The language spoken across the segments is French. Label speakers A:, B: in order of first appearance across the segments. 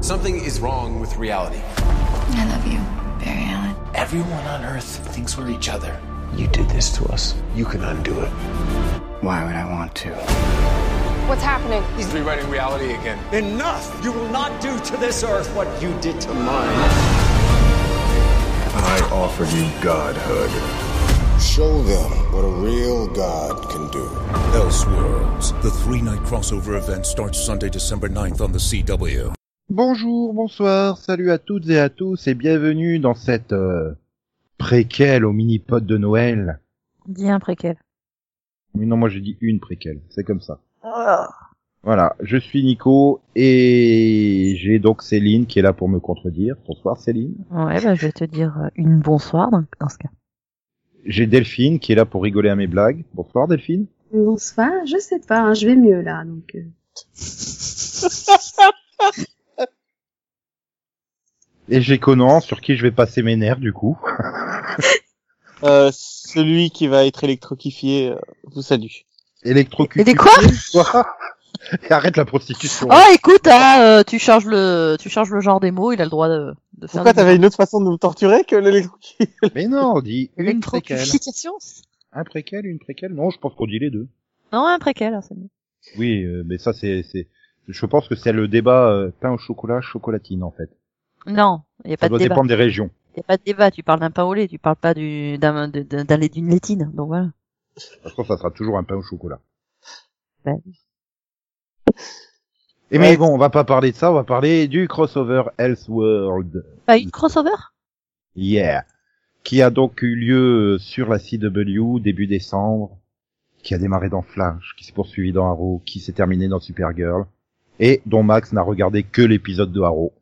A: Something is wrong with reality.
B: I love you, Barry Allen.
C: Everyone on Earth thinks we're each other.
D: You did this to us. You can undo it.
C: Why would I want to?
E: What's happening?
A: He's rewriting reality again.
F: Enough! You will not do to this Earth what you did to mine.
G: I offer you godhood.
H: Show them what a real god can do.
I: Elseworlds, the three night crossover event starts Sunday, December 9th on the CW.
J: Bonjour, bonsoir, salut à toutes et à tous et bienvenue dans cette euh, préquelle au mini-pod de Noël.
K: Dis un préquel.
J: Mais non, moi j'ai dit une préquelle, c'est comme ça.
K: Ah.
J: Oh. Voilà, je suis Nico et j'ai donc Céline qui est là pour me contredire. Bonsoir Céline.
K: Ouais, bah, je vais te dire une bonsoir dans, dans ce cas.
J: J'ai Delphine qui est là pour rigoler à mes blagues. Bonsoir Delphine.
L: Bonsoir, je sais pas, hein, je vais mieux là donc. Euh...
J: Et j'ai Conan, sur qui je vais passer mes nerfs, du coup.
M: euh, celui qui va être électroquifié euh, vous salue.
J: Électrocuté.
K: Et quoi, quoi
J: Arrête la prostitution.
K: Oh, écoute, ah, euh, tu changes le, tu changes le genre des mots, il a le droit de, de faire.
M: Pourquoi t'avais une autre façon de me torturer que l'électrocution
J: Mais non, on dit
K: une préquelle.
J: Un préquel, une préquelle. Non, je pense qu'on dit les deux.
K: Non, un préquel, hein, c'est mieux.
J: Oui, euh, mais ça, c'est, c'est, je pense que c'est le débat euh, pain au chocolat, chocolatine, en fait.
K: Non, il n'y a pas
J: ça Ça
K: de débat.
J: doit dépendre des régions.
K: Il n'y a pas de débat, tu parles d'un pain au lait, tu parles pas du, d'un, d'un, lait d'une laitine, donc voilà.
J: Je pense que ça sera toujours un pain au chocolat.
K: Ouais.
J: Et ouais. mais bon, on va pas parler de ça, on va parler du crossover Elseworld.
K: Bah, une crossover?
J: Yeah. Qui a donc eu lieu sur la CW début décembre, qui a démarré dans Flash, qui s'est poursuivi dans Arrow, qui s'est terminé dans Supergirl, et dont Max n'a regardé que l'épisode de Arrow.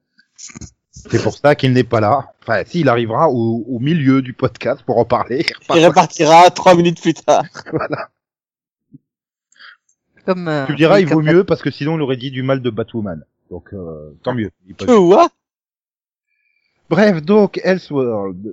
J: C'est pour ça qu'il n'est pas là. Enfin, si, il arrivera au, au, milieu du podcast pour en parler.
M: Il repartira trois minutes plus tard.
J: voilà.
K: Comme, euh,
M: Ah,
J: tu me diras, il vaut mieux parce que sinon il aurait dit du mal de Batwoman. Donc, euh, tant mieux. Il
M: peut... Quoi
J: Bref, donc, Elseworld.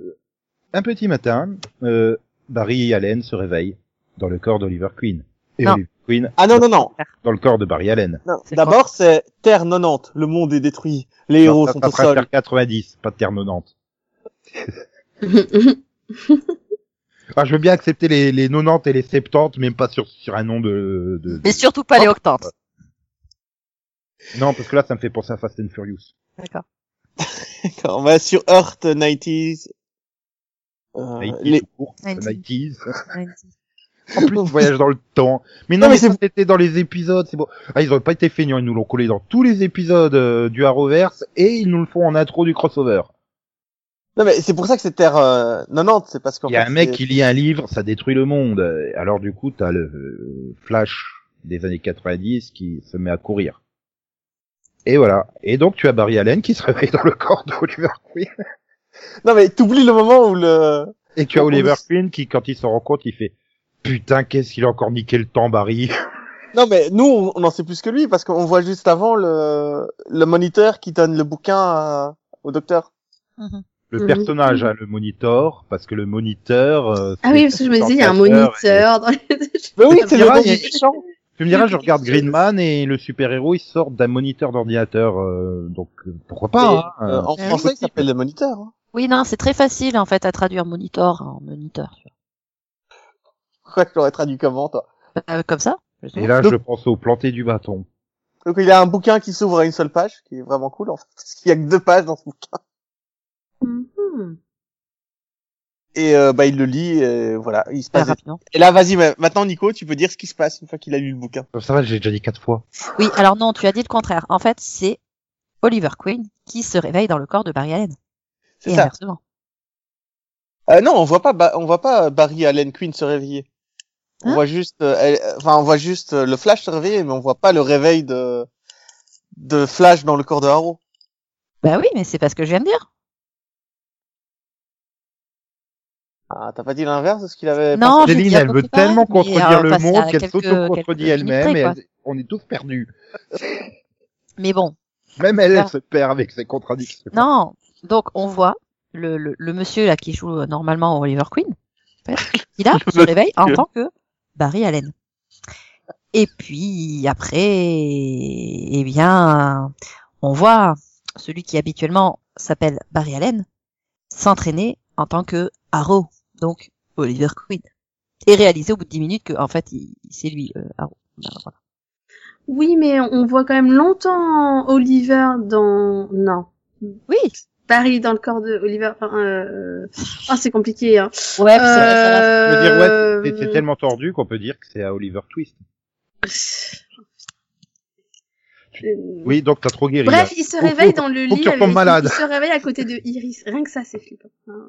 J: Un petit matin, euh, Barry Allen se réveille dans le corps d'Oliver Queen.
K: Et non. Oliver
J: Queen.
M: Ah non, non, non.
J: Dans le corps de Barry Allen.
M: D'abord, c'est Terre 90. Le monde est détruit. Les non, héros
J: ça,
M: sont
J: ça
M: au sol. Terre
J: 90, pas Terre 90. enfin, je veux bien accepter les, les 90 et les 70, même pas sur, sur un nom de, de, de...
K: Mais surtout pas
J: Ah.
K: les octantes.
J: Non, parce que là, ça me fait penser à Fast and Furious.
K: D'accord.
M: D'accord, on va sur Earth 90s.
J: Euh, 90s, les... 90s. 90s. euh, En plus, ils voyagent dans le temps. Mais non, non mais, mais c'était dans les épisodes, c'est bon. Ah, ils ont pas été feignants, ils nous l'ont collé dans tous les épisodes euh, du Arrowverse et ils nous le font en intro du crossover.
M: Non mais c'est pour ça que c'est Terre euh, 90, c'est parce qu'en
J: Il y a un mec qui lit un livre, ça détruit le monde. Alors du coup, t'as le euh, Flash des années 90 qui se met à courir. Et voilà. Et donc tu as Barry Allen qui se réveille dans le corps d'Oliver Queen.
M: non mais t'oublies le moment où le...
J: Et tu as Oliver Queen qui, quand il s'en rend compte, il fait putain, qu'est-ce qu'il a encore niqué le temps, Barry.
M: Non, mais nous, on en sait plus que lui, parce qu'on voit juste avant le, le moniteur qui donne le bouquin à... au docteur.
J: Mm -hmm. Le personnage, mm -hmm. hein, le moniteur, parce que le moniteur... Euh,
L: ah oui, parce que je me disais, il y a un moniteur et... dans les...
M: mais oui, c'est le moniteur.
J: Tu me diras, je regarde Greenman et le super-héros, il sort d'un moniteur d'ordinateur, euh, donc pourquoi pas
M: et, hein, euh, En français, il s'appelle le moniteur. Hein.
K: Oui, non, c'est très facile en fait à traduire monitor en moniteur. Tu vois.
M: Pourquoi tu l'aurais traduit comment, toi
K: euh, Comme ça.
J: Et là, donc, je pense au planté du bâton.
M: Donc, il y a un bouquin qui s'ouvre à une seule page, qui est vraiment cool, en fait, parce qu'il y a que deux pages dans ce bouquin.
L: Mm
M: Mm-hmm.
L: -hmm.
M: Et euh, bah, il le lit, et voilà, il se passe.
K: Rapidement.
M: Et là, vas-y, maintenant, Nico, tu peux dire ce qui se passe une fois qu'il a lu le bouquin.
J: Ça va, j'ai déjà dit quatre fois.
K: Oui, alors non, tu as dit le contraire. En fait, c'est Oliver Queen qui se réveille dans le corps de Barry Allen.
M: C'est ça.
K: Inversement.
M: Euh, non, on voit pas, ba on voit pas euh, Barry Allen Quinn se réveiller. On hein voit juste, euh, elle, enfin, on voit juste euh, le Flash se réveiller, mais on voit pas le réveil de de Flash dans le corps de Arrow.
K: Bah oui, mais c'est pas ce que je viens de dire.
M: Ah, t'as pas dit l'inverse de ce qu'il avait.
K: Non,
J: Céline,
K: dit
J: elle veut
K: pas,
J: tellement contredire le monde qu'elle
K: euh, quelques...
J: s'auto-contredit elle-même, et elle... on est tous perdus.
K: mais bon.
J: Même elle, elle se perd avec ses contradictions.
K: Non, donc on voit le, le, le, monsieur là qui joue euh, normalement Oliver Queen, il a se réveille en tant que Barry Allen. Et puis après, eh bien, on voit celui qui habituellement s'appelle Barry Allen, s'entraîner en tant que Arrow, donc Oliver Queen, et réaliser au bout de 10 minutes que en fait il- c'est lui euh, Arrow. Ben, voilà.
J: Oui, mais on voit quand même longtemps Oliver dans... Non.
K: Oui.
J: Barry dans le corps de Oliver. enfin, euh... Oh, c'est compliqué. Hein.
K: Ouais,
H: ça va, ça Je veux dire,
J: Euh,
H: ouais, c'est- c'est tellement tordu qu'on peut dire que c'est à Oliver Twist. Oui, donc t'as trop guéri.
J: Euh, Bref,
H: là.
J: il se
H: Faut-
J: réveille
H: faut-
J: dans le
H: faut que
J: lit.
H: tu retombes
J: avec-
H: malade.
J: Il se réveille à côté de Iris. Rien que ça, c'est flippant. Hein.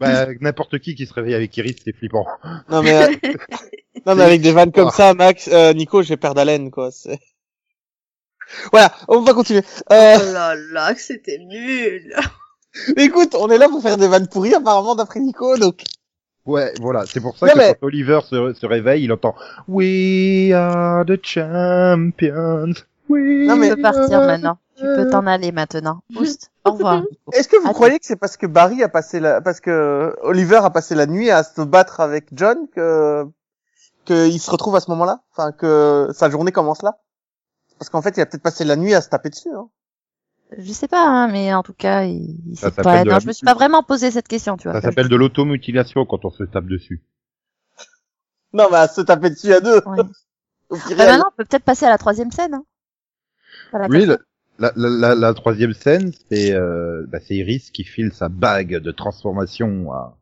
H: Bah, n'importe qui qui se réveille avec Iris, c'est flippant.
M: Non mais, euh, non, mais avec des vannes comme ça, Max, euh, Nico, je vais perdre haleine, quoi. c'est- Voilà, on va continuer. Euh,
J: Oh là là, que c'était nul.
M: écoute, on est là pour faire des vannes pourries, apparemment, d'après Nico, donc...
H: Ouais, voilà, c'est pour ça
M: Non,
H: que
M: mais-
H: quand Oliver se, se réveille, il entend We are the champions. We
M: Non, mais- euh,
K: Tu peux partir maintenant. Tu peux t'en aller maintenant.
J: euh.
K: Oust. Au revoir. Nico.
M: Est-ce que vous
K: Attends.
M: croyez que c'est parce que Barry a passé la, parce que Oliver a passé la nuit à se battre avec John que, que il se retrouve à ce moment-là? Enfin, que sa journée commence là? Parce qu'en fait, il a peut-être passé la nuit à se taper dessus, hein.
K: Je sais pas, hein, mais en tout cas, il, il
H: Ça
K: sait
H: s'appelle
K: pas.
H: de
K: Non,
H: la
K: je me suis pas vraiment posé cette question, tu vois.
H: Ça
K: Comme-
H: s'appelle de l'automutilation quand on se tape dessus.
M: Non, mais à se taper dessus à deux.
K: Ouais.
M: Au pire,
K: Bah, maintenant, on peut peut-être passer à la troisième scène. Hein. Pas la
H: Oui,
K: quatrième.
H: le- la, la, la, la troisième scène, c'est euh, bah, c'est Iris qui file sa bague de transformation à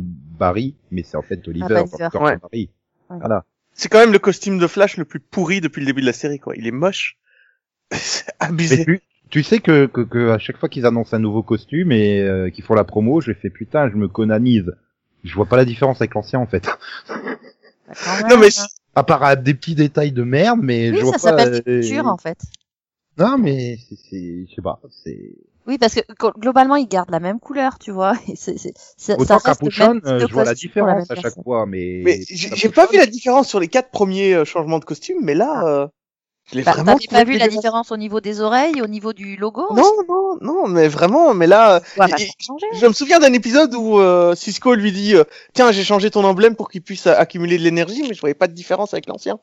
H: Barry, mais c'est en fait Oliver.
K: Ah, Oliver.
H: pas encore
M: Ouais.
H: Barry.
K: Ouais.
H: Voilà.
M: C'est quand même le costume de Flash le plus pourri depuis le début de la série, quoi. Il est moche. C'est
H: Mais
M: abusé.
H: tu, tu sais que, que, que à chaque fois qu'ils annoncent un nouveau costume et euh, qu'ils font la promo, je fais putain, je me conanise. Je vois pas la différence avec l'ancien en fait.
K: Bah, quand même,
M: Non, mais
K: hein.
H: À part à des petits détails de merde, mais je
K: Oui,
H: vois
K: ça
H: pas.
K: s'appelle
H: euh,
K: des cultures, en fait.
H: Non, mais c'est, c'est- je sais pas, c'est.
K: Oui, parce que glo- globalement, ils gardent la même couleur, tu vois. et c'est- c'est- ça- ça
H: Autant
K: reste le même
H: Capuchon,
K: style
H: euh,
K: de
H: je vois la
K: costume pour
H: différence
K: même
H: à chaque
K: personne.
H: fois, mais.
M: mais j'ai j'ai pas vu la différence sur les quatre premiers euh, changements de costume, mais là, euh, je l'ai
K: Ah. Bah,
M: vraiment
K: T'avais pas
M: trouvé
K: vu la
M: dégueulasse.
K: différence au niveau des oreilles, au niveau du logo bah,
M: Non, non, non, mais vraiment, mais là, euh,
K: Ça va
M: et-
K: changer.
M: je me souviens d'un épisode où euh, Cisco lui dit, euh, tiens, j'ai changé ton emblème pour qu'il puisse euh, accumuler de l'énergie, mais je voyais pas de différence avec l'ancien.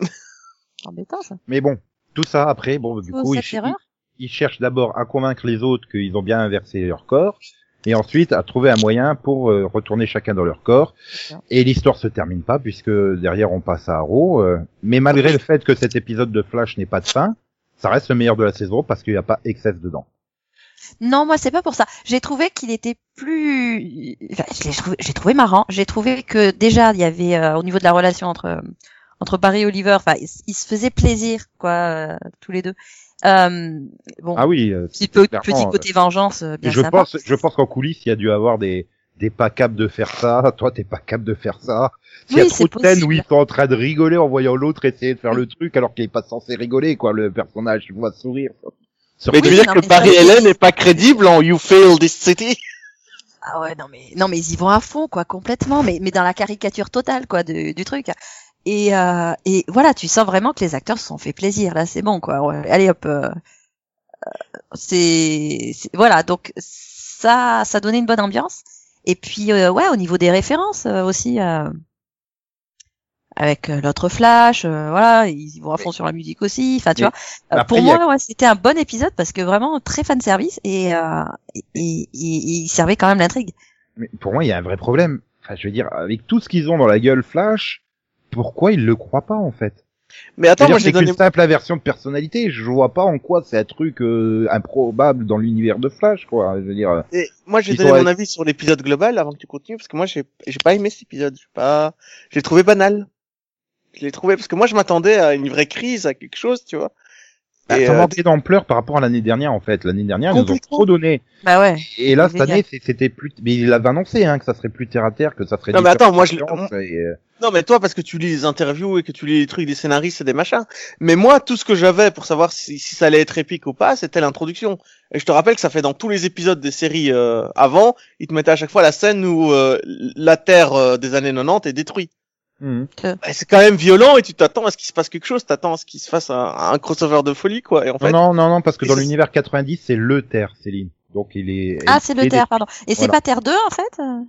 K: C'est hein. embêtant, ça.
H: Mais bon, tout ça après, bon, du
K: Oh,
H: coup, ils,
K: cette erreur.
H: ils- ils cherchent d'abord à convaincre les autres qu'ils ont bien inversé leur corps, et ensuite à trouver un moyen pour euh, retourner chacun dans leur corps.
K: C'est ça.
H: Et l'histoire se termine pas puisque derrière on passe à Arrow. euh, mais malgré le fait que cet épisode de Flash n'ait pas de fin, ça reste le meilleur de la saison parce qu'il n'y a pas excès dedans.
K: Non, moi, c'est pas pour ça. J'ai trouvé qu'il était plus. Enfin, je l'ai trouvé, j'ai trouvé marrant. J'ai trouvé que déjà, il y avait euh, au niveau de la relation entre euh, entre Barry et Oliver, enfin, ils, ils se faisaient plaisir, quoi, euh, tous les deux. Euh, bon,
H: Ah oui. euh,
K: petit, peu-
H: clairement,
K: petit côté vengeance, euh,
H: Et
K: bien
H: je
K: sympa.
H: pense, je pense qu'en coulisses, il y a dû avoir des des pas capables de faire ça. Toi, t'es pas capable de faire ça. Il y a
K: Oui,
H: trop
K: c'est
H: de scènes où
K: possible.
H: ils sont en train de rigoler en voyant l'autre essayer de faire le truc alors qu'il est pas censé rigoler, quoi. Le personnage voit sourire.
M: Mais
K: Oui,
M: tu veux dire
K: non,
M: que
K: mais
M: Barry
K: ça-
M: Allen n'est pas crédible en You Fail This City
K: Ah ouais, non mais non mais ils y vont à fond quoi, complètement, mais mais dans la caricature totale quoi de- du truc. hein. Et euh, et voilà, tu sens vraiment que les acteurs se sont fait plaisir là, c'est bon quoi. Ouais, allez hop, euh, euh, c'est c'est- voilà donc ça ça donnait une bonne ambiance. Et puis euh, ouais au niveau des références euh, aussi. euh, avec euh, l'autre Flash, euh, voilà, ils y vont à fond sur la musique aussi. Enfin, tu
H: Mais
K: vois, Euh,
H: après,
K: pour
H: il y a-
K: moi, ouais, c'était un bon épisode parce que vraiment très fan service et, euh, et, et- et il servait quand même l'intrigue.
H: Mais pour moi, il y a un vrai problème. Enfin, je veux dire, avec tout ce qu'ils ont dans la gueule Flash, pourquoi ils le croient pas en fait
M: Mais attends,
H: Je veux
M: moi
H: dire,
M: j'ai
H: C'est
M: donné...
H: qu'une simple inversion de personnalité. Je vois pas en quoi c'est un truc euh, improbable dans l'univers de Flash, quoi. Je veux dire. euh,
M: Et moi, j'ai
H: Ils
M: donné
H: sont
M: mon
H: avec-
M: avis sur l'épisode global avant que tu continues, parce que moi, j'ai j'ai pas aimé cet épisode. J'ai pas, j'ai trouvé banal. Je l'ai trouvé parce que moi, je m'attendais à une vraie crise, à quelque chose, tu vois.
H: Bah,
M: Et,
H: sans
M: euh,
H: manquer d'ampleur par rapport à l'année dernière en fait. L'année dernière, ils nous ont
M: Complètement.
H: trop donné.
K: Bah ouais.
H: Et là
K: C'est
H: cette année, c'est- c'était plus. Mais il l'avait annoncé hein, que ça serait plus terre à terre, que ça serait.
M: Non, mais
H: différent
M: attends, moi,
H: de
M: je-
H: l'ambiance, et, euh,
M: Non, mais toi, parce que tu lis les interviews et que tu lis les trucs des scénaristes et des machins. Mais moi, tout ce que j'avais pour savoir si, si ça allait être épique ou pas, c'était l'introduction. Et je te rappelle que ça fait dans tous les épisodes des séries euh, avant, ils te mettaient à chaque fois la scène où euh, la Terre euh, des années 90 est détruite.
H: mhm.
M: Bah, c'est quand même violent et tu t'attends à ce qu'il se passe quelque chose, t'attends à ce qu'il se fasse un, un crossover de folie quoi. Et en fait,
H: Non, non, non, non, parce que
M: Et
H: dans
M: c'est-
H: l'univers 90, c'est le terre, Céline. Donc il est.
K: Ah, c'est
H: il
K: le
H: est-
K: Terre, pardon. Et c'est
H: Voilà.
K: pas Terre 2 en fait euh,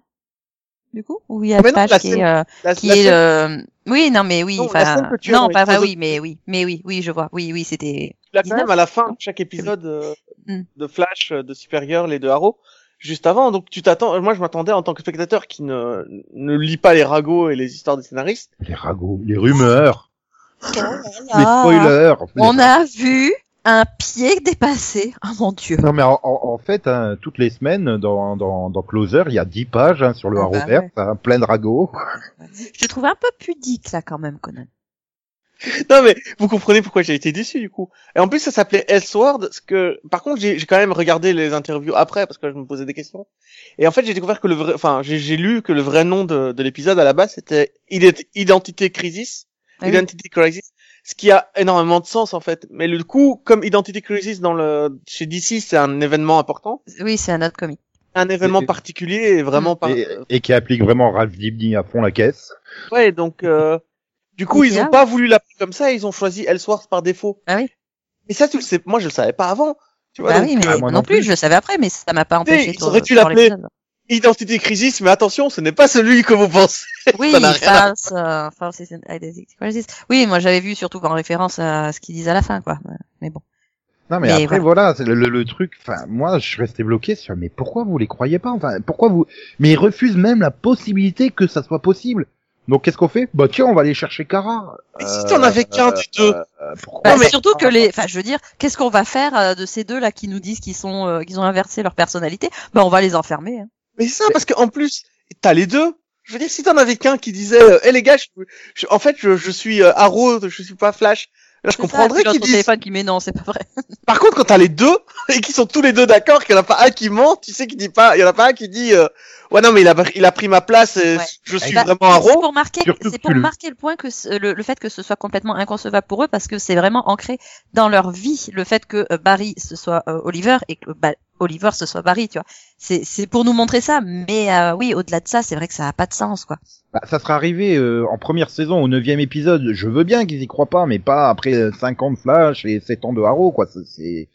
K: Du coup Ou il y a
M: Ah Mais non,
K: Flash
M: la
K: qui
M: scène-
K: est, euh,
M: la-
K: qui
M: la
K: est
M: scène-
K: euh, Oui, non mais oui,
M: Non, la
K: enfin
M: scène que tu as
K: non,
M: dans les
K: pas enfin,
M: trois
K: oui, mais oui, mais oui, oui, je vois. Oui, oui, c'était
M: l'as quand même à la fin de chaque épisode euh,
K: Mm.
M: de Flash, euh, de Supergirl et de Arrow, juste avant. Donc tu t'attends. euh, Moi, je m'attendais en tant que spectateur qui ne ne lit pas les ragots et les histoires des scénaristes.
H: Les ragots, les rumeurs, les
M: euh,
K: Ah.
H: spoilers.
K: On a vu un pied dépassé. Oh mon dieu.
H: Non mais en, en- en fait, hein, toutes les semaines dans, dans, dans Closer, il y a 10 pages hein, sur le
K: Ah bah
H: Arrowverse, hein, plein de ragots.
K: Je te trouve un peu pudique là quand même, Conan.
M: Non mais vous comprenez pourquoi j'ai été déçu du coup. Et en plus ça s'appelait Elseworld, ce que par contre j'ai j'ai quand même regardé les interviews après parce que je me posais des questions. Et en fait j'ai découvert que le vrai, enfin j'ai j'ai lu que le vrai nom de, de l'épisode à la base c'était Ide- Identité Crisis,
K: Ah oui.
M: Identity Crisis, ce qui a énormément de sens en fait. Mais le coup comme Identity Crisis dans le chez DC c'est un événement important,
K: Oui, c'est un autre comique.
M: un événement particulier et vraiment pas.
H: Mm.
M: euh,
H: Et, et qui applique vraiment Ralph Dibny à fond la caisse.
M: Ouais donc euh, du coup
K: Mais
M: ils
K: c'est
M: ont
K: là,
M: pas voulu l'appeler comme ça, ils ont choisi Elseworld par défaut.
K: Ah oui.
M: Mais ça, tu le sais, moi je le savais pas avant. Tu vois,
K: bah
M: donc,
K: oui, mais
M: euh,
K: moi
H: moi
K: non
H: non
K: plus, je le savais après, mais ça m'a pas empêché.
M: ils
K: sur-
M: auraient dû
K: sur
M: l'appeler.
K: l'épisode.
M: identité crisis, mais attention, ce n'est pas celui que vous pensez.
K: Oui,
M: Ça n'a rien à
K: False, euh, False is an Identity Crisis. Oui, moi j'avais vu surtout en référence à ce qu'ils disent à la fin, quoi. Mais bon.
H: Non mais,
K: Mais
H: après voilà, c'est le, le- le truc. Enfin moi je restais bloqué sur mais pourquoi vous les croyez pas Enfin pourquoi vous Mais ils refusent même la possibilité que ça soit possible. Donc qu'est-ce qu'on fait Bah tiens on va aller chercher Kara.
M: Mais si t'en avais qu'un des deux.
H: euh, pourquoi
K: Bah,
M: Non, mais-
K: Surtout que les, enfin, je veux dire, qu'est-ce qu'on va faire euh, de ces deux-là qui nous disent qu'ils sont, euh, qu'ils ont inversé leur personnalité Ben, on va les enfermer. hein.
M: Mais c'est ça, parce qu'en plus, t'as les deux. Je veux dire, si t'en avais qu'un qui disait, euh, eh les gars, je, je- en fait, je, je suis euh, Arrow, je suis pas Flash. Là, je
K: C'est ça, et puis
M: comprendrais
K: l'autre
M: qu'ils
K: au
M: disent.
K: téléphone qui met non, c'est pas vrai.
M: Par contre, quand t'as les deux et qu'ils sont tous les deux d'accord, qu'il y en a pas un qui ment, tu sais qu'il dit pas, il y en a pas un qui dit, euh, ouais non mais il a il a pris ma place, et
K: Ouais.
M: je suis
K: Bah,
M: vraiment
K: C'est
M: Arrow.
K: pour marquer,
H: surtout
K: c'est
H: que
K: pour
H: tu le-
K: marquer le point que ce- le, le fait que ce soit complètement inconcevable pour eux parce que c'est vraiment ancré dans leur vie le fait que euh, Barry ce soit euh, Oliver et que bah, Oliver ce soit Barry, tu vois. C'est c'est pour nous montrer ça, mais euh, oui, au-delà de ça, c'est vrai que ça a pas de sens, quoi.
H: Bah, ça sera arrivé euh, en première saison au neuvième épisode. Je veux bien qu'ils y croient pas, mais pas après euh, cinq ans de Flash et sept ans de Arrow, quoi. Ça, C'est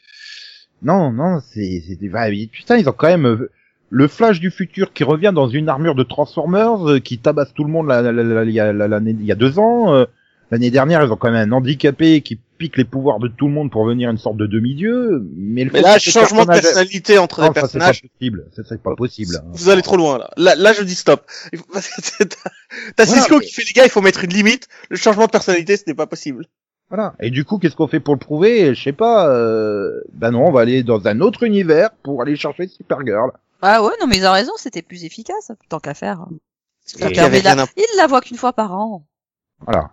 H: non, non, c'est c'est- bah, mais putain, ils ont quand même euh, le Flash du futur qui revient dans une armure de Transformers euh, qui tabasse tout le monde la- la- la- la- il y a- la- l'année il y a deux ans. euh, L'année dernière, ils ont quand même un handicapé qui pique les pouvoirs de tout le monde pour devenir une sorte de demi-dieu. Mais, le
M: Mais
H: fait
M: là,
H: que ces
M: changement de
H: personnages-
M: personnalité entre les
H: Non, ça, c'est pas
M: personnages.
H: possible. Ça, c'est pas possible. hein.
M: Vous allez trop loin là. Là, là, je dis stop. Il faut- parce que c'est- T'as
H: Voilà,
M: Cisco
H: mais-
M: qui fait les gars, il faut mettre une limite. Le changement de personnalité, ce n'est pas possible.
H: Voilà. Et du coup, qu'est-ce qu'on fait pour le prouver Je sais pas. Euh... Ben non, on va aller dans un autre univers pour aller chercher Supergirl.
K: Ah ouais, non, mais ils ont raison, c'était plus efficace, hein, tant qu'à faire.
M: Et
K: Tant
M: il
K: qu'à-
M: avait
K: mais là,
M: rien à-
K: il la voit qu'une fois par an.
H: Voilà.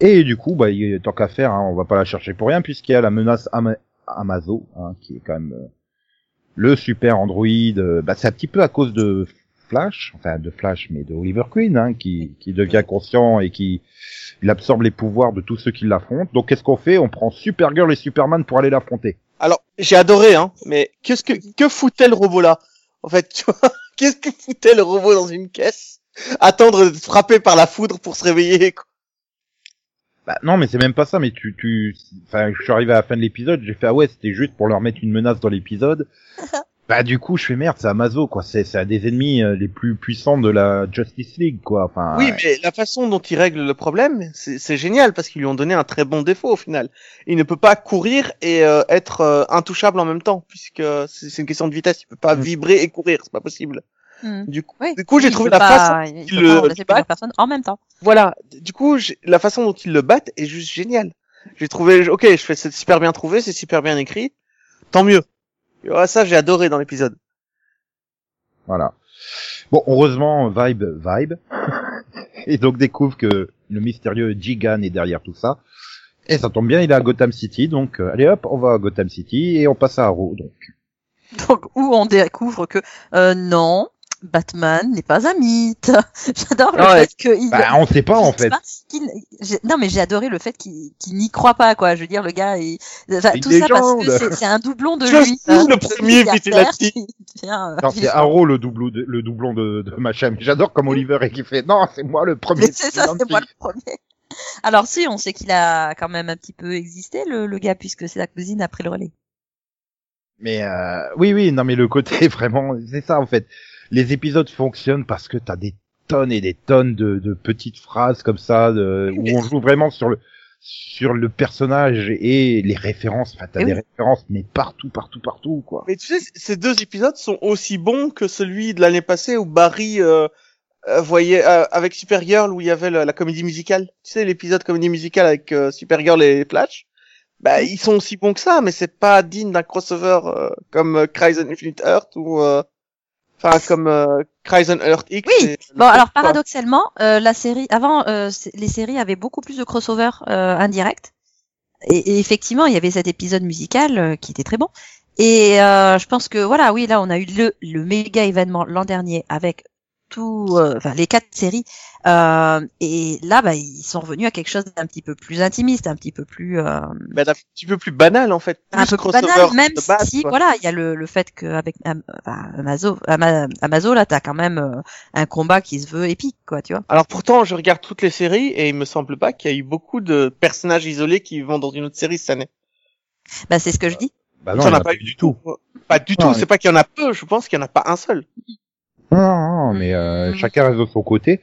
H: Et du coup, bah, il- tant qu'à faire, hein, on va pas la chercher pour rien puisqu'il y a la menace Ama- Amazo, hein, qui est quand même euh, le super androïde. euh, bah, c'est un petit peu à cause de Flash, enfin de Flash, mais de Oliver Queen, hein, qui, qui devient conscient et qui il absorbe les pouvoirs de tous ceux qui l'affrontent. Donc, qu'est-ce qu'on fait On prend Supergirl et Superman pour aller l'affronter.
M: Alors, j'ai adoré, hein. Mais qu'est-ce que que foutait le robot là En fait, tu vois, qu'est-ce que foutait le robot dans une caisse Attendre d'être frappé par la foudre pour se réveiller. quoi.
H: Bah non, mais c'est même pas ça. Mais tu, tu, enfin, je suis arrivé à la fin de l'épisode, j'ai fait ah ouais, c'était juste pour leur mettre une menace dans l'épisode. bah du coup, je fais merde, c'est Amazo quoi. C'est, c'est un des ennemis euh, les plus puissants de la Justice League quoi. Enfin.
M: Oui, mais la façon dont il règle le problème, c'est c'est génial parce qu'ils lui ont donné un très bon défaut au final. Il ne peut pas courir et euh, être euh, intouchable en même temps puisque c'est c'est une question de vitesse. Il peut pas
H: Mm.
M: vibrer et courir, c'est pas possible.
K: Hmm.
M: Du coup,
K: Oui.
M: du coup, j'ai
K: Il
M: trouvé
K: peut
M: la
K: pas-
M: façon.
K: il
M: qu'il
K: peut pas
M: le
K: remplacer
M: bat.
K: plusieurs personnes en même temps.
M: Voilà. Du coup, j'ai- la façon dont ils le battent est juste géniale. J'ai trouvé, ok, je fais, c'est super bien trouvé, c'est super bien écrit. Tant mieux. Et voilà, ça, j'ai adoré dans l'épisode.
H: Voilà. Bon, heureusement, Vibe, Vibe. et donc découvre que le mystérieux Gigan est derrière tout ça. Et ça tombe bien, il est à Gotham City, donc euh, allez hop, on va à Gotham City et on passe à Arrow. Donc.
K: Donc, où on découvre que euh, non, Batman n'est pas un mythe. J'adore le
M: Ouais.
K: fait qu'il.
H: Bah, on sait pas en
K: qu'il-
H: fait.
K: qu'il- j'ai- non mais j'ai adoré le fait qu'il qu'il n'y croit pas quoi. Je veux dire le gars, il, enfin,
H: Une
K: tout ça parce que
H: légende.
K: c'est- c'est un doublon de
M: Je
K: lui. hein.
M: suis le premier vigilante.
K: euh,
H: Non, c'est Arrow le, doublou de- le doublon de, de machin. Mais j'adore comme Oliver et qui fait non, c'est moi le premier.
K: Mais c'est ça, c'est moi le premier. Alors si, on sait qu'il a quand même un petit peu existé le, le gars puisque c'est la cousine après le relais.
H: Mais euh, oui, oui, non, mais le côté vraiment, c'est ça en fait. Les épisodes fonctionnent parce que t'as des tonnes et des tonnes de, de petites phrases comme ça, de, où on joue vraiment sur le sur le personnage et les références. Enfin, t'as
M: Et
H: des
M: oui.
H: références, mais partout, partout, partout, quoi.
M: Mais tu sais, ces deux épisodes sont aussi bons que celui de l'année passée où Barry euh, euh, voyait euh, avec Supergirl où il y avait la, la comédie musicale. Tu sais l'épisode comédie musicale avec euh, Supergirl et Flash. Bah
K: Mm-hmm.
M: ils sont aussi bons que ça, mais c'est pas digne d'un crossover euh, comme euh, Crimson Infinite Earth ou euh, enfin comme euh, Crimson Earth X.
K: Oui.
M: et-
K: Bon, alors
M: quoi.
K: paradoxalement, euh, la série avant, euh, c- les séries avaient beaucoup plus de crossovers euh, indirects. Et, et effectivement, il y avait cet épisode musical euh, qui était très bon. Et euh, je pense que voilà, oui, là, on a eu le, le méga événement l'an dernier avec tout, euh, enfin les quatre séries. Euh, et là, bah, ils sont revenus à quelque chose d'un petit peu plus intimiste, un petit peu plus euh,
M: Bah, d'un petit peu plus banal en fait.
K: un
M: Plus
K: peu plus
M: crossover
K: banal, même
M: de base,
K: si
M: quoi.
K: voilà, il y a le, le fait qu'avec Amazo, Ama- Amazo, là, t'as quand même euh, un combat qui se veut épique, quoi, tu vois.
M: Alors pourtant, je regarde toutes les séries et il me semble pas qu'il y a eu beaucoup de personnages isolés qui vont dans une autre série cette année.
K: Bah, c'est ce que je dis.
H: Bah
M: Ça
H: il y en
M: n'a
H: a
M: pas
H: pas
M: eu
H: du tout.
M: Pas du
H: Non,
M: tout,
H: mais-
M: c'est pas qu'il y en a peu, je pense qu'il y en a pas un seul.
H: Non, non, non, mais euh,
M: Mm.
H: chacun reste de son côté.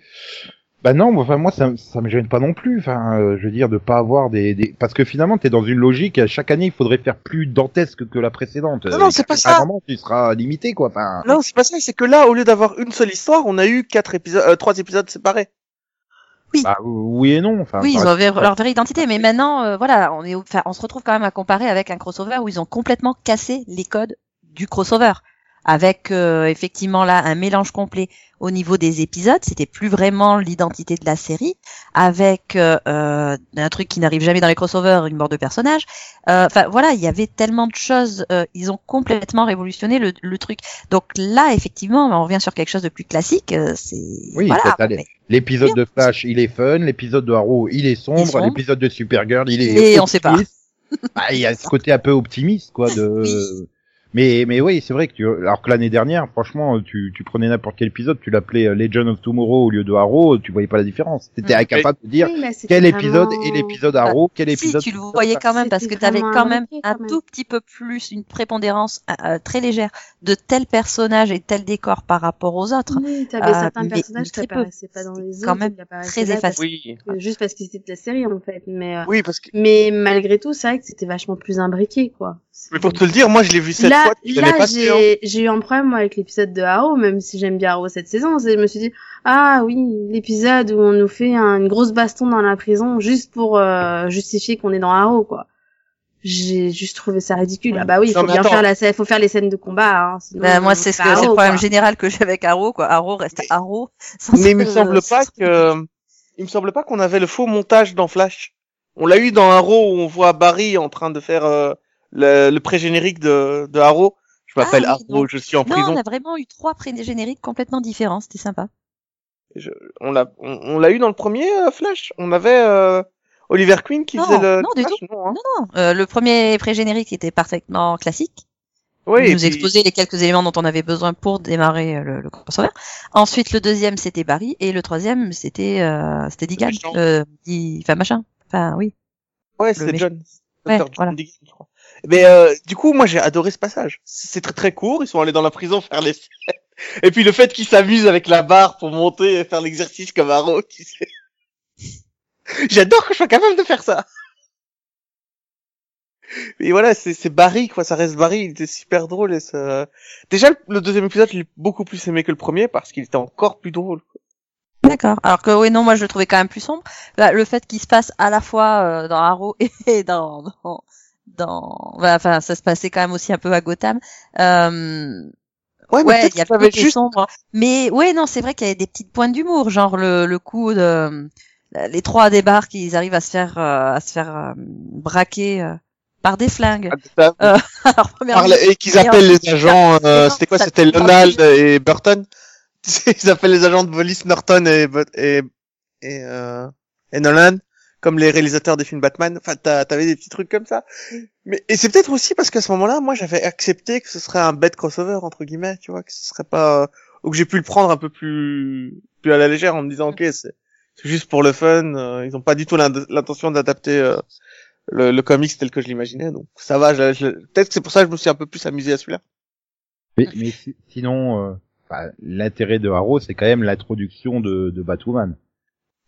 H: Bah non, enfin moi ça, ça me gêne pas non plus. Enfin, euh, je veux dire de pas avoir des, des... parce que finalement t'es dans une logique. à Chaque année, il faudrait faire plus dantesque que la précédente. Euh,
M: Non, non,
H: Et
M: c'est pas
H: à un
M: ça.
H: moment, tu seras limité, quoi. Enfin,
M: Non, c'est pas ça, c'est que là, au lieu d'avoir une seule histoire, on a eu quatre épisodes, euh, trois épisodes séparés.
H: bah, oui et non. Enfin,
K: oui, ils
H: par-
K: ont leur- leur vraie identité, mais maintenant, euh, voilà, on est, au- enfin, on se retrouve quand même à comparer avec un crossover où ils ont complètement cassé les codes du crossover, avec euh, effectivement là un mélange complet au niveau des épisodes. C'était plus vraiment l'identité de la série, avec euh, euh, un truc qui n'arrive jamais dans les crossovers, une mort de personnage. Euh, Enfin voilà, il y avait tellement de choses. euh, ils ont complètement révolutionné le, le truc. Donc là, effectivement, on revient sur quelque chose de plus classique. euh, c'est
H: Oui,
K: voilà,
H: t'as les-
K: mais-
H: L'épisode de Flash, il est fun. L'épisode de Arrow, il est sombre.
K: sombre.
H: L'épisode de Supergirl, il est.
K: Et on sait pas.
H: optimiste. Bah, il y a ce côté un peu optimiste, quoi. De. Mais mais oui, c'est vrai que tu. Alors que l'année dernière, franchement, tu, tu prenais n'importe quel épisode, tu l'appelais euh, Legend of Tomorrow au lieu de Arrow, tu voyais pas la différence. T'étais
M: Mm.
H: incapable de dire
J: Oui, mais c'était
H: quel épisode
J: vraiment-
H: est l'épisode Arrow, quel
K: Si,
H: épisode.
K: tu le voyais quand même parce que
J: C'était
K: tu avais
J: vraiment
K: quand même
J: imbriqué,
K: un
J: quand même.
K: tout petit peu plus une prépondérance euh, euh, très légère de tel personnage et tel décor par rapport aux autres.
J: Oui, t'avais
K: Euh,
J: certains
K: mais
J: personnages qui
K: très peu.
J: apparaissaient pas dans les
K: C'est
J: autres.
K: quand même
J: ils apparaissaient
K: très
J: là parce
K: effacé.
M: Oui.
J: que- Juste parce que c'était de la série, en fait. Mais, euh,
M: Oui, parce que,
J: mais malgré tout, c'est vrai que c'était vachement plus imbriqué, quoi.
M: mais pour te le dire, moi, je l'ai vu sept
J: là,
M: fois, tu l'avais
J: là
M: pas su, hein.
J: j'ai j'ai eu un problème moi, avec l'épisode de Arrow, même si j'aime bien Arrow cette saison. c'est- Je me suis dit ah oui l'épisode où on nous fait un- une grosse baston dans la prison juste pour euh, justifier qu'on est dans Arrow quoi. J'ai juste trouvé ça ridicule. Ah bah oui, il
M: Non,
J: faut
M: mais
J: bien
M: attends.
J: faire la, scè- faut faire les scènes de combat. Hein, sinon,
K: Bah, moi,
J: on
K: c'est ce
J: fait
K: que c'est le
J: Arrow,
K: problème
J: quoi.
K: général que j'ai avec Arrow, quoi. Arrow reste Arrow. sans-
M: Mais il me
J: euh,
M: semble pas
K: sans-
M: que, il me semble pas qu'on avait le faux montage dans Flash. On l'a eu dans Arrow où on voit Barry en train de faire euh, le, le pré-générique de, de Arrow. Je m'appelle
K: Ah oui,
M: Arrow,
K: non.
M: je suis en
K: Non,
M: prison.
K: on a vraiment eu trois pré-génériques complètement différents, c'était sympa.
M: On l'a, on, on l'a eu dans le premier euh, Flash. On avait euh, Oliver Queen qui
K: Non,
M: faisait le
K: non, du
M: Flash, non, hein.
K: Non, euh, le premier pré-générique était parfaitement classique.
M: Oui, et
K: nous
M: puis-
K: exposer les quelques éléments dont on avait besoin pour démarrer euh, le, le crossover. Ensuite, le deuxième, c'était Barry, et le troisième, c'était euh, c'était Digan,
M: Jean.
K: euh, Di- enfin machin, enfin oui.
M: Ouais,
K: Le
M: c'est
K: mé-
M: John.
K: Ouais,
M: Dr. John
K: voilà.
M: Dickens, je crois. Mais euh, du coup, moi j'ai adoré ce passage. C'est c'est très très court, ils sont allés dans la prison faire les Et puis le fait qu'ils s'amusent avec la barre pour monter et faire l'exercice comme Arrow, tu sais. J'adore que je sois capable de faire ça. Et voilà, c'est c'est Barry quoi, ça reste Barry, il était super drôle et ça... Déjà le- le deuxième épisode, je l'ai beaucoup plus aimé que le premier parce qu'il était encore plus drôle.
K: D'accord. Alors que oui, non, moi je le trouvais quand même plus sombre. Là, le fait qu'il se passe à la fois euh, dans Arrow et dans dans, dans- voilà, enfin ça se passait quand même aussi un peu à Gotham. Euh,
M: Ouais,
K: ouais,
M: peut-être
K: il y a
M: que
K: le
M: j'avais
K: côté sombre. hein. Mais ouais, non, c'est vrai qu'il y avait des petites pointes d'humour, genre le le coup de euh, les trois débarquent, ils arrivent à se faire euh, à se faire euh, braquer euh, par des flingues.
M: Ah, bah,
K: Alors premièrement,
M: Parle- et qu'ils appellent les agents, euh,
K: ça-
M: c'était quoi
K: ça-
M: C'était Lonald et Burton. Tu sais, Ils appellent les agents de police Norton et But- et et, euh, et Nolan, comme les réalisateurs des films Batman. Enfin, t'as- t'avais des petits trucs comme ça. Mais et c'est peut-être aussi parce qu'à ce moment-là, moi, j'avais accepté que ce serait un bête crossover entre guillemets, tu vois, que ce serait pas euh, ou que j'ai pu le prendre un peu plus plus à la légère en me
K: Mm.
M: disant ok, c'est c'est juste pour le fun. euh, ils ont pas du tout l'ind- l'intention d'adapter. euh, le, le comics tel que je l'imaginais. Donc ça va, je- je- peut-être que c'est pour ça que je me suis un peu plus amusé à celui-là.
H: Mais, mais si- sinon, euh, enfin, l'intérêt de Arrow, c'est quand même l'introduction de, de Batwoman.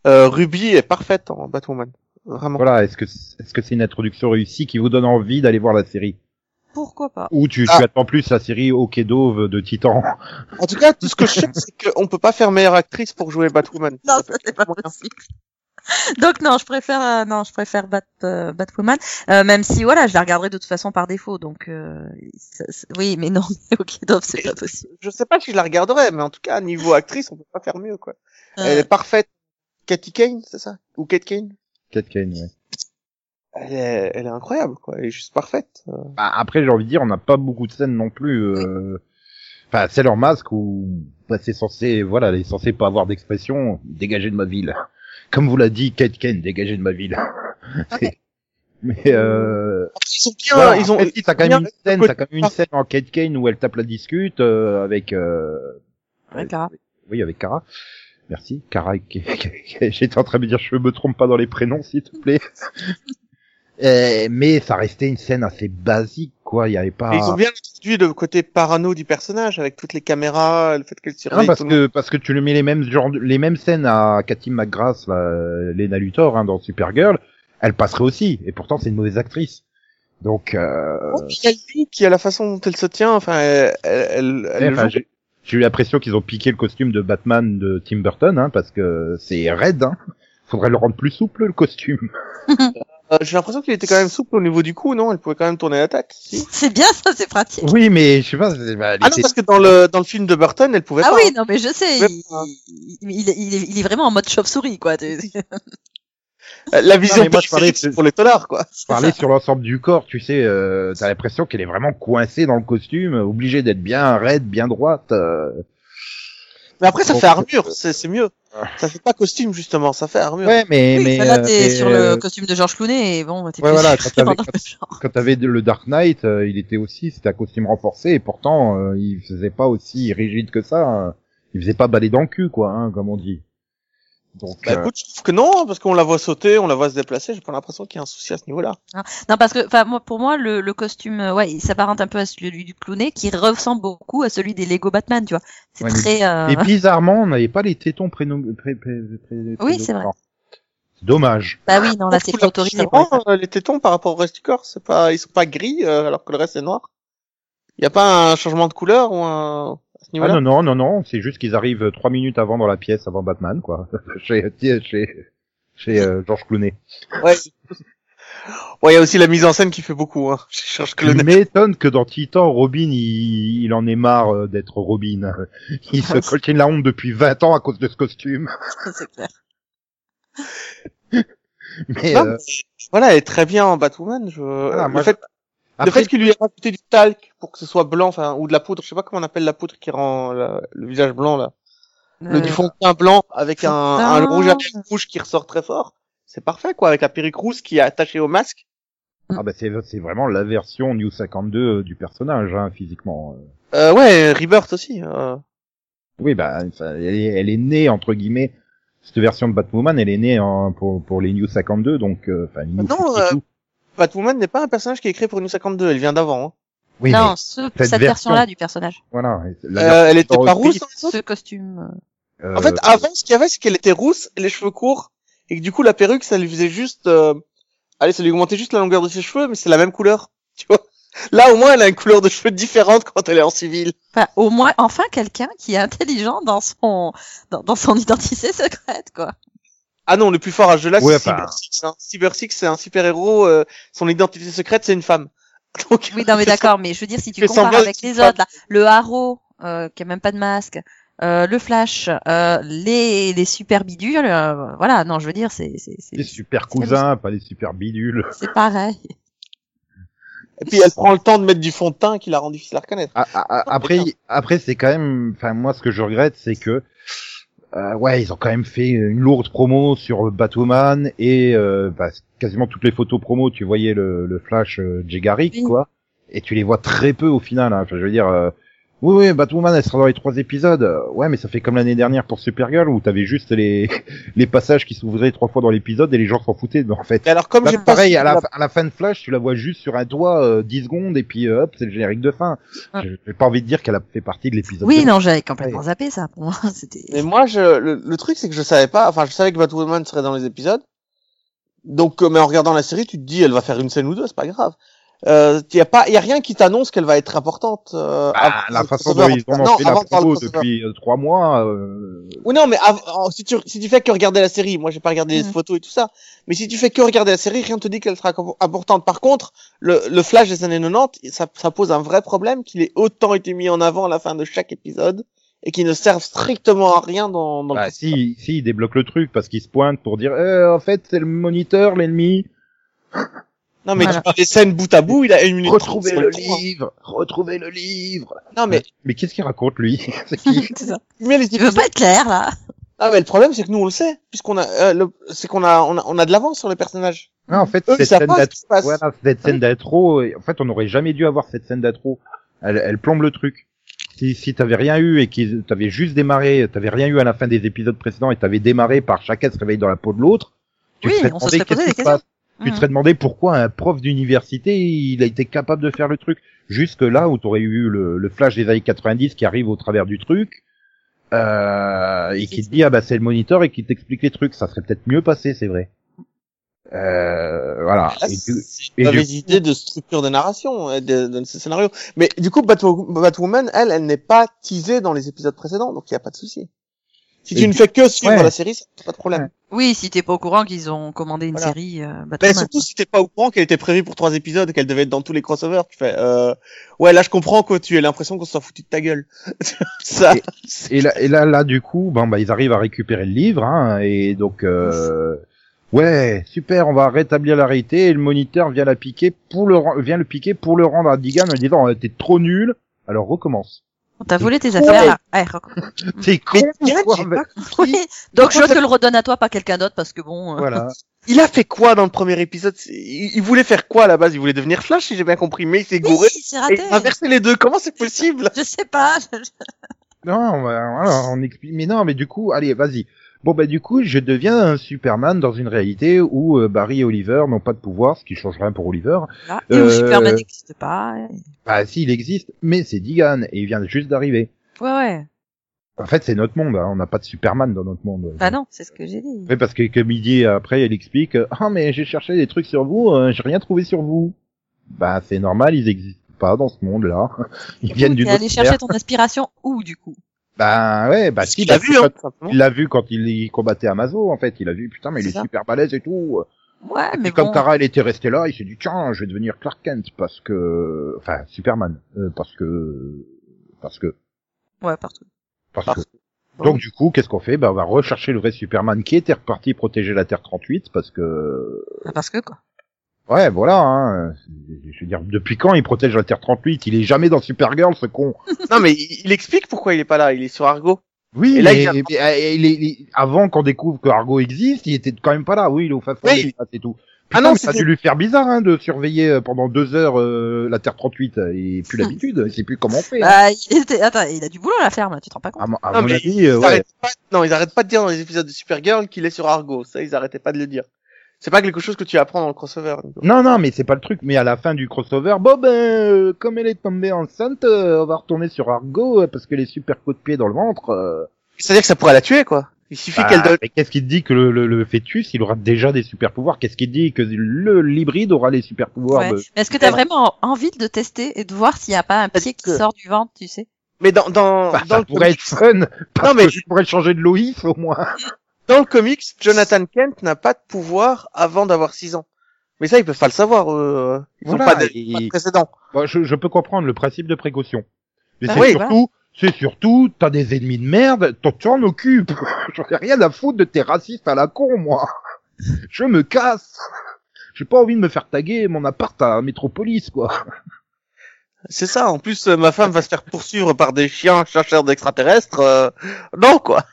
M: Euh, Ruby est parfaite en Batwoman. Vraiment.
H: Voilà, est-ce que est-ce que c'est une introduction réussie qui vous donne envie d'aller voir la série
K: Pourquoi pas
H: Ou tu,
M: Ah.
H: tu attends plus la série Ok Dove de Titan
M: En tout cas, tout ce que je sais, c'est qu'on peut pas faire meilleure actrice pour jouer Batwoman.
K: Non, ça c'est pas possible. Donc non, je préfère euh, non, je préfère Bat euh, Batwoman, euh, même si voilà, je la regarderai de toute façon par défaut. Donc euh, ça- ça- oui, mais non, ok, donc c'est pas possible.
M: Je sais pas si je la regarderai, mais en tout cas, niveau actrice, on peut pas faire mieux, quoi. Elle
K: Euh,
M: est parfaite. Cathy Kane, c'est ça? Ou Kate Kane?
H: Kate Kane, ouais.
M: Elle est, elle est incroyable, quoi. Elle est juste parfaite. Euh,
H: Bah, après, j'ai envie de dire, on n'a pas beaucoup de scènes non plus. euh, Enfin, c'est leur masque où bah, c'est censé, voilà, elle est censée pas avoir d'expression. Dégagez de ma ville. Comme vous l'a dit Kate Kane, dégagez de ma ville. C'est- Mais euh,
M: Ils sont bien,
H: voilà,
M: ils ont,
H: après, si, t'as quand même une
M: bien-
H: scène, t'as quand même une scène en Kate Kane où elle tape la discute euh, avec, euh,
K: ouais, Clara.
H: oui, avec Cara. Merci, Cara. et Kate- J'étais en train de me dire, je me trompe pas dans les prénoms, s'il te plaît. Euh, mais ça restait une scène assez basique, quoi. Il y avait pas.
M: Et ils ont bien introduit le côté parano du personnage avec toutes les caméras, le fait qu'elle
H: Ah,
M: surveille
H: parce
M: tout le monde.
H: que parce que tu lui mets les mêmes genres de- les mêmes scènes à Cathy McGrath, là, euh, Lena Luthor hein, dans Supergirl, elle passerait aussi. Et pourtant c'est une mauvaise actrice. Donc euh,
M: Oh, puis il y a le look, il y a la façon dont elle se tient, enfin, elle, elle, elle, elle
H: Eh, enfin,
M: joue.
H: j'ai j'ai eu l'impression qu'ils ont piqué le costume de Batman de Tim Burton, hein, parce que c'est raide. Hein. Faudrait le rendre plus souple le costume.
M: Euh, j'ai l'impression qu'il était quand même souple au niveau du cou, non Elle pouvait quand même tourner la tête. si
K: C'est bien ça, c'est pratique.
H: Oui, mais je sais pas. c'est- bah, elle
M: Ah non,
H: était-
M: parce que dans le dans le film de Burton, elle pouvait
K: Ah
M: pas.
H: hein.
K: oui, non mais je sais,
M: Ouais,
K: il, il, il est- il est, il est vraiment en mode chauve-souris quoi. tu-
M: Euh, La vision
H: mais moi, je parlais
M: périphérique,
H: de-
M: c'est pour les tolards, quoi.
H: parler sur l'ensemble du corps, tu sais, euh, t'as l'impression qu'elle est vraiment coincée dans le costume, obligée d'être bien raide, bien droite. euh.
M: Mais après, ça
H: Donc,
M: fait armure, c'est c'est mieux. Ça fait pas costume justement, ça fait armure.
H: Ouais, mais
K: Oui,
H: mais
K: là
H: euh,
K: t'es
H: mais,
K: sur
H: euh,
K: le costume de George Clooney et bon, t'es
H: Ouais,
K: plus
H: voilà, quand
K: dans
H: t'avais-
K: le genre.
H: quand t'avais le Dark Knight, euh, il était aussi, c'était un costume renforcé, et pourtant, euh, il faisait pas aussi rigide que ça. hein. Il faisait pas balai dans le cul, quoi, hein, comme on dit. Donc,
M: Bah
H: euh,
M: écoute, je trouve que non, parce qu'on la voit sauter, on la voit se déplacer, j'ai pas l'impression qu'il y a un souci à ce niveau-là.
K: Non parce que enfin moi pour moi le, le costume euh, ouais, il s'apparente un peu à celui du Clooney qui ressemble beaucoup à celui des Lego Batman, tu vois. C'est
H: Ouais, mais-
K: très euh,
H: et bizarrement, on n'avait pas les tétons prénom... pré- pré- pré- prédominants.
K: c'est vrai.
H: Dommage.
K: bah oui, non là c'est
M: Pour
K: pas
M: la-
K: autorisé.
M: finalement, euh, les tétons par rapport au reste du corps, c'est pas, ils sont pas gris euh, alors que le reste est noir. Il y a pas un changement de couleur ou un à ce
H: Ah
M: niveau-là.
H: non, non, non, non, c'est juste qu'ils arrivent trois minutes avant dans la pièce, avant Batman, quoi. chez, chez, chez, chez euh, George Clooney.
M: ouais. Ouais, il y a aussi la mise en scène qui fait beaucoup. Hein. Je cherche que le
H: Je m'étonne que dans Titan, Robin, il, il en est marre euh, d'être Robin. Il se coltine la honte depuis 20 ans à cause de ce costume.
K: c'est clair.
H: Mais,
M: Non,
H: euh,
M: mais voilà, elle est très bien en Batwoman. Je...
H: Voilà, moi,
M: le fait, le
H: après,
M: fait qu'il lui ait rajouté du talc pour que ce soit blanc, enfin, ou de la poudre, je sais pas comment on appelle la poudre qui rend la- le visage blanc là, le
K: Euh,
M: du fond de teint blanc avec
K: fond
M: un,
K: de
H: Ah.
M: un
K: teint.
M: rouge à lèvres rouge qui ressort très fort, c'est parfait quoi, avec la perruque rousse qui est attachée au masque.
H: ah bah, c'est, c'est vraiment la version New 52 euh, du personnage, hein, physiquement. Euh,
M: Euh, ouais, Rebirth aussi. euh.
H: Oui, bah, enfin, elle, est, elle est née, entre guillemets, cette version de Batwoman, elle est née en, pour, pour les New 52, donc, euh, enfin, les New
M: Non,
H: 52.
M: euh, Batwoman n'est pas un personnage qui est créé pour New 52, elle vient d'avant. hein.
H: oui,
K: non,
H: mais
K: ce-
H: cette
K: cette
H: version-
K: version là du personnage,
H: voilà. la
M: Euh, elle était
H: version
M: pas
H: européenne,
M: rousse dans les autres
K: ce costume euh,
H: euh,
M: En fait, avant, ce qu'il y avait, c'est qu'elle était rousse, et les cheveux courts, et que du coup, la perruque, ça lui faisait juste, euh, allez, ça lui augmentait juste la longueur de ses cheveux, mais c'est la même couleur, tu vois. Là, au moins, elle a une couleur de cheveux différente quand elle est en civil.
K: Enfin, au moins, enfin quelqu'un qui est intelligent dans son dans, dans son identité secrète, quoi.
M: Ah non, le plus fort à ce jeu-là,
H: Ouais,
M: c'est
H: enfin.
M: Cyber Six. hein. Cyber Six, c'est un super-héros, euh, son identité secrète, c'est une femme. Donc,
K: Oui, non mais
M: c'est-
K: d'accord, mais je veux dire si tu
M: Fais
K: compares
M: semblant
K: avec
M: d'être
K: les
M: une
K: autres, là, le Haro euh, qui a même pas de masque, euh, le Flash, euh, les les super bidules, euh, voilà, non, je veux dire c'est c'est
H: les
K: c'est
H: super cousins, pas les super bidules.
K: c'est pareil.
M: Et puis, elle prend le temps de mettre du fond de teint qui la rend difficile à reconnaître.
H: Ah, ah, ah, après,
M: Putain.
H: après, c'est quand même. Enfin, moi, ce que je regrette, c'est que euh, ouais, ils ont quand même fait une lourde promo sur Batwoman et euh, bah, quasiment toutes les photos promo, tu voyais le, le Flash euh, Jay Garrick,
K: Oui.
H: quoi, et tu les vois très peu au final. hein. Enfin, je veux dire, euh, oui, oui, Batwoman, elle sera dans les trois épisodes. Ouais, mais ça fait comme l'année dernière pour Supergirl où t'avais juste les les passages qui s'ouvraient trois fois dans l'épisode et les gens s'en foutaient. En fait,
M: Et alors, comme
H: Là,
M: j'ai pas
H: Bah, pareil,
M: su-
H: à la, à la fin de Flash, tu la vois juste sur un doigt euh, 10 secondes et puis euh, hop, c'est le générique de fin.
K: Ah.
H: J'ai j'ai pas envie de dire qu'elle a fait partie de l'épisode.
K: Oui,
H: de-
K: non, j'avais complètement zappé ça. Pour moi, c'était
M: Mais moi, je, le, le truc, c'est que je savais pas, enfin, je savais que Batwoman serait dans les épisodes, Donc, euh, mais en regardant la série, tu te dis, elle va faire une scène ou deux, c'est pas grave. Euh, y a pas, y a rien qui t'annonce qu'elle va être importante. Euh,
H: bah, la façon dont ils ont lancé la promo depuis euh, trois mois. Euh...
M: Ou non, mais avant, si tu si tu fais que regarder la série, moi j'ai pas regardé
H: Mm.
M: les mmh. photos et tout ça, mais si tu fais que regarder la série, rien te dit qu'elle sera importante. Par contre, le, le Flash des années 90, ça, ça pose un vrai problème qu'il ait autant été mis en avant à la fin de chaque épisode et qui ne servent strictement à rien dans. dans
H: bah, le si, si, il débloque le truc parce qu'il se pointe pour dire, eh, en fait, c'est le moniteur, l'ennemi.
M: Non mais voilà. tu mets les scènes bout à bout, il a une minute.
H: Retrouvez 30, le livre, retrouvez le livre.
M: Non mais.
H: Mais qu'est-ce qu'il raconte lui C'est qui
K: C'est ça. Mais les épisodes... pas être clair là.
M: Ah mais le problème c'est que nous on le sait, puisqu'on a, euh, le... c'est qu'on a, on a, on a de l'avance sur les personnages.
H: Ah, en fait, Eux, cette, scène d'intro, voilà, cette scène d'intro, en fait, on n'aurait jamais dû avoir cette scène d'intro. Elle, elle plombe le truc si, si t'avais rien eu et que t'avais juste démarré, t'avais rien eu à la fin des épisodes précédents et t'avais démarré par chacun se réveille dans la peau de l'autre, tu
K: oui,
H: te serais demandé
K: se
H: qu'est-ce qui se passe. Mmh. Tu
K: Hmm.
H: te serais demandé pourquoi un prof d'université il a été capable de faire le truc. Jusque là où t'aurais eu le, le, flash des années 90 qui arrive au travers du truc euh, et qui te dit ah bah c'est le moniteur et qui t'explique les trucs, ça serait peut-être mieux passé, c'est vrai. Euh, voilà.
M: Là, et du, et du... idée de structure de narration, de, de, de, ce scénario. Mais du coup, Batwoman, elle, elle n'est pas teasée dans les épisodes précédents, donc il n'y a pas de souci. Si et tu ne fais que suivre ouais. la série, c'est pas de problème.
K: Oui, si t'es pas au courant qu'ils ont commandé une voilà. série euh, Batwoman. Mais
M: surtout si t'es pas au courant qu'elle était prévue pour trois épisodes et qu'elle devait être dans tous les crossovers, tu fais euh... ouais là je comprends que tu as l'impression qu'on se soit foutu de ta gueule. Ça.
H: Et, là, et là là du coup, ben bah ils arrivent à récupérer le livre hein, et donc euh... Ouais, super, on va rétablir la réalité et le moniteur vient la piquer pour le vient le piquer pour le rendre à Digan en lui disant oh, t'es trop nul, alors recommence.
K: On t'a volé tes affaires. Ouais.
H: T'es con.
K: Oui. Donc je te le redonne à toi, pas quelqu'un d'autre, parce que bon. euh,
H: Voilà.
M: Il a fait quoi dans le premier épisode Il voulait faire quoi à la base Il voulait devenir Flash, si j'ai bien compris, mais il s'est gouré.
K: Oui, raté.
M: Et inverser les deux, comment c'est possible
K: Je sais pas.
H: non, alors, on explique. Mais non, mais du coup, allez, vas-y. Bon bah du coup, je deviens un Superman dans une réalité où euh, Barry et Oliver n'ont pas de pouvoir, ce qui change rien pour Oliver.
K: Ah, et euh, où Superman n'existe pas. Et...
H: Bah si, il existe, mais c'est Digan et il vient juste d'arriver.
K: Ouais ouais.
H: En fait, c'est notre monde. Hein. On n'a pas de Superman dans notre monde.
K: Ah non, c'est ce que j'ai dit.
H: Oui, parce que comme il dit après, elle explique « Ah, oh, mais j'ai cherché des trucs sur vous, euh, j'ai rien trouvé sur vous. » Bah, c'est normal, ils existent pas dans ce monde-là. Ils
K: du
H: viennent du.
K: T'es allé chercher ton inspiration où, du coup
H: bah ouais, bah
M: si, il l'a vu, hein,
H: il l'a vu quand il, il combattait Amazo, en fait, il a vu, putain, mais il est, est super balèze et tout.
K: Ouais,
H: et
K: Ah, mais
H: comme
K: bon.
H: Tara, elle était restée là, il s'est dit, tiens, je vais devenir Clark Kent parce que, enfin, Superman, euh, parce que, parce que.
K: Ouais, partout.
H: Parce, parce que. que. Donc ouais. du coup, qu'est-ce qu'on fait Bah on va rechercher le vrai Superman qui était reparti protéger la Terre 38 parce que.
K: Ah, Parce que quoi
H: Ouais, voilà. Hein. Je veux dire, depuis quand il protège la Terre 38 Il est jamais dans Supergirl, ce con.
M: non, mais il explique pourquoi il est pas là. Il est sur Argo.
H: Oui, mais, là, il a... mais, mais, il est, il... avant qu'on découvre que Argo existe, il était quand même pas là. Oui, il est au fond oui, il... et tout. Putain, ah non, mais ça a dû lui faire bizarre hein, de surveiller pendant deux heures euh, la Terre 38. Il n'a plus l'habitude, il sait plus comment on fait.
K: Bah, hein. il, était... Attends, il a du boulot à la ferme, tu te rends pas compte.
H: À, à non, mon avis, ils euh, ouais.
M: pas... Non, ils arrêtent pas de dire dans les épisodes de Supergirl qu'il est sur Argo. Ça, ils arrêtaient pas de le dire c'est pas quelque chose que tu apprends dans le crossover.
H: Non, non, mais c'est pas le truc. Mais à la fin du crossover, bon ben, euh, comme elle est tombée enceinte, euh, on va retourner sur Argo euh, parce que les super coups de pied dans le ventre. euh,
M: C'est-à-dire que ça pourrait la tuer, quoi. Il suffit bah, qu'elle donne.
H: Mais qu'est-ce qui te dit que le, le, le, fœtus, il aura déjà des super pouvoirs Qu'est-ce qui te dit que le l'hybride aura les Bah, super pouvoirs ouais. de...
K: Est-ce que t'as vraiment envie de tester et de voir s'il n'y a pas un pied qui que... sort du ventre, tu sais
M: Mais dans dans
H: bah,
M: dans
H: ça pourrait être fun. Parce non mais je pourrais changer de Loïs au moins.
M: Dans le comics, Jonathan Kent n'a pas de pouvoir avant d'avoir 6 ans. Mais ça, ils peuvent pas le savoir. Euh, ils n'ont voilà, pas, et... pas, de précédent.
H: Bah, je, je, peux comprendre le principe de précaution. Mais bah c'est oui, surtout, bah. c'est surtout, t'as des ennemis de merde, t'en occupes. J'en ai rien à foutre de tes racistes à la con, moi. Je me casse. J'ai pas envie de me faire taguer mon appart à Métropolis, quoi.
M: C'est ça. En plus, euh, ma femme va se faire poursuivre par des chiens chercheurs d'extraterrestres. Euh... Non, quoi.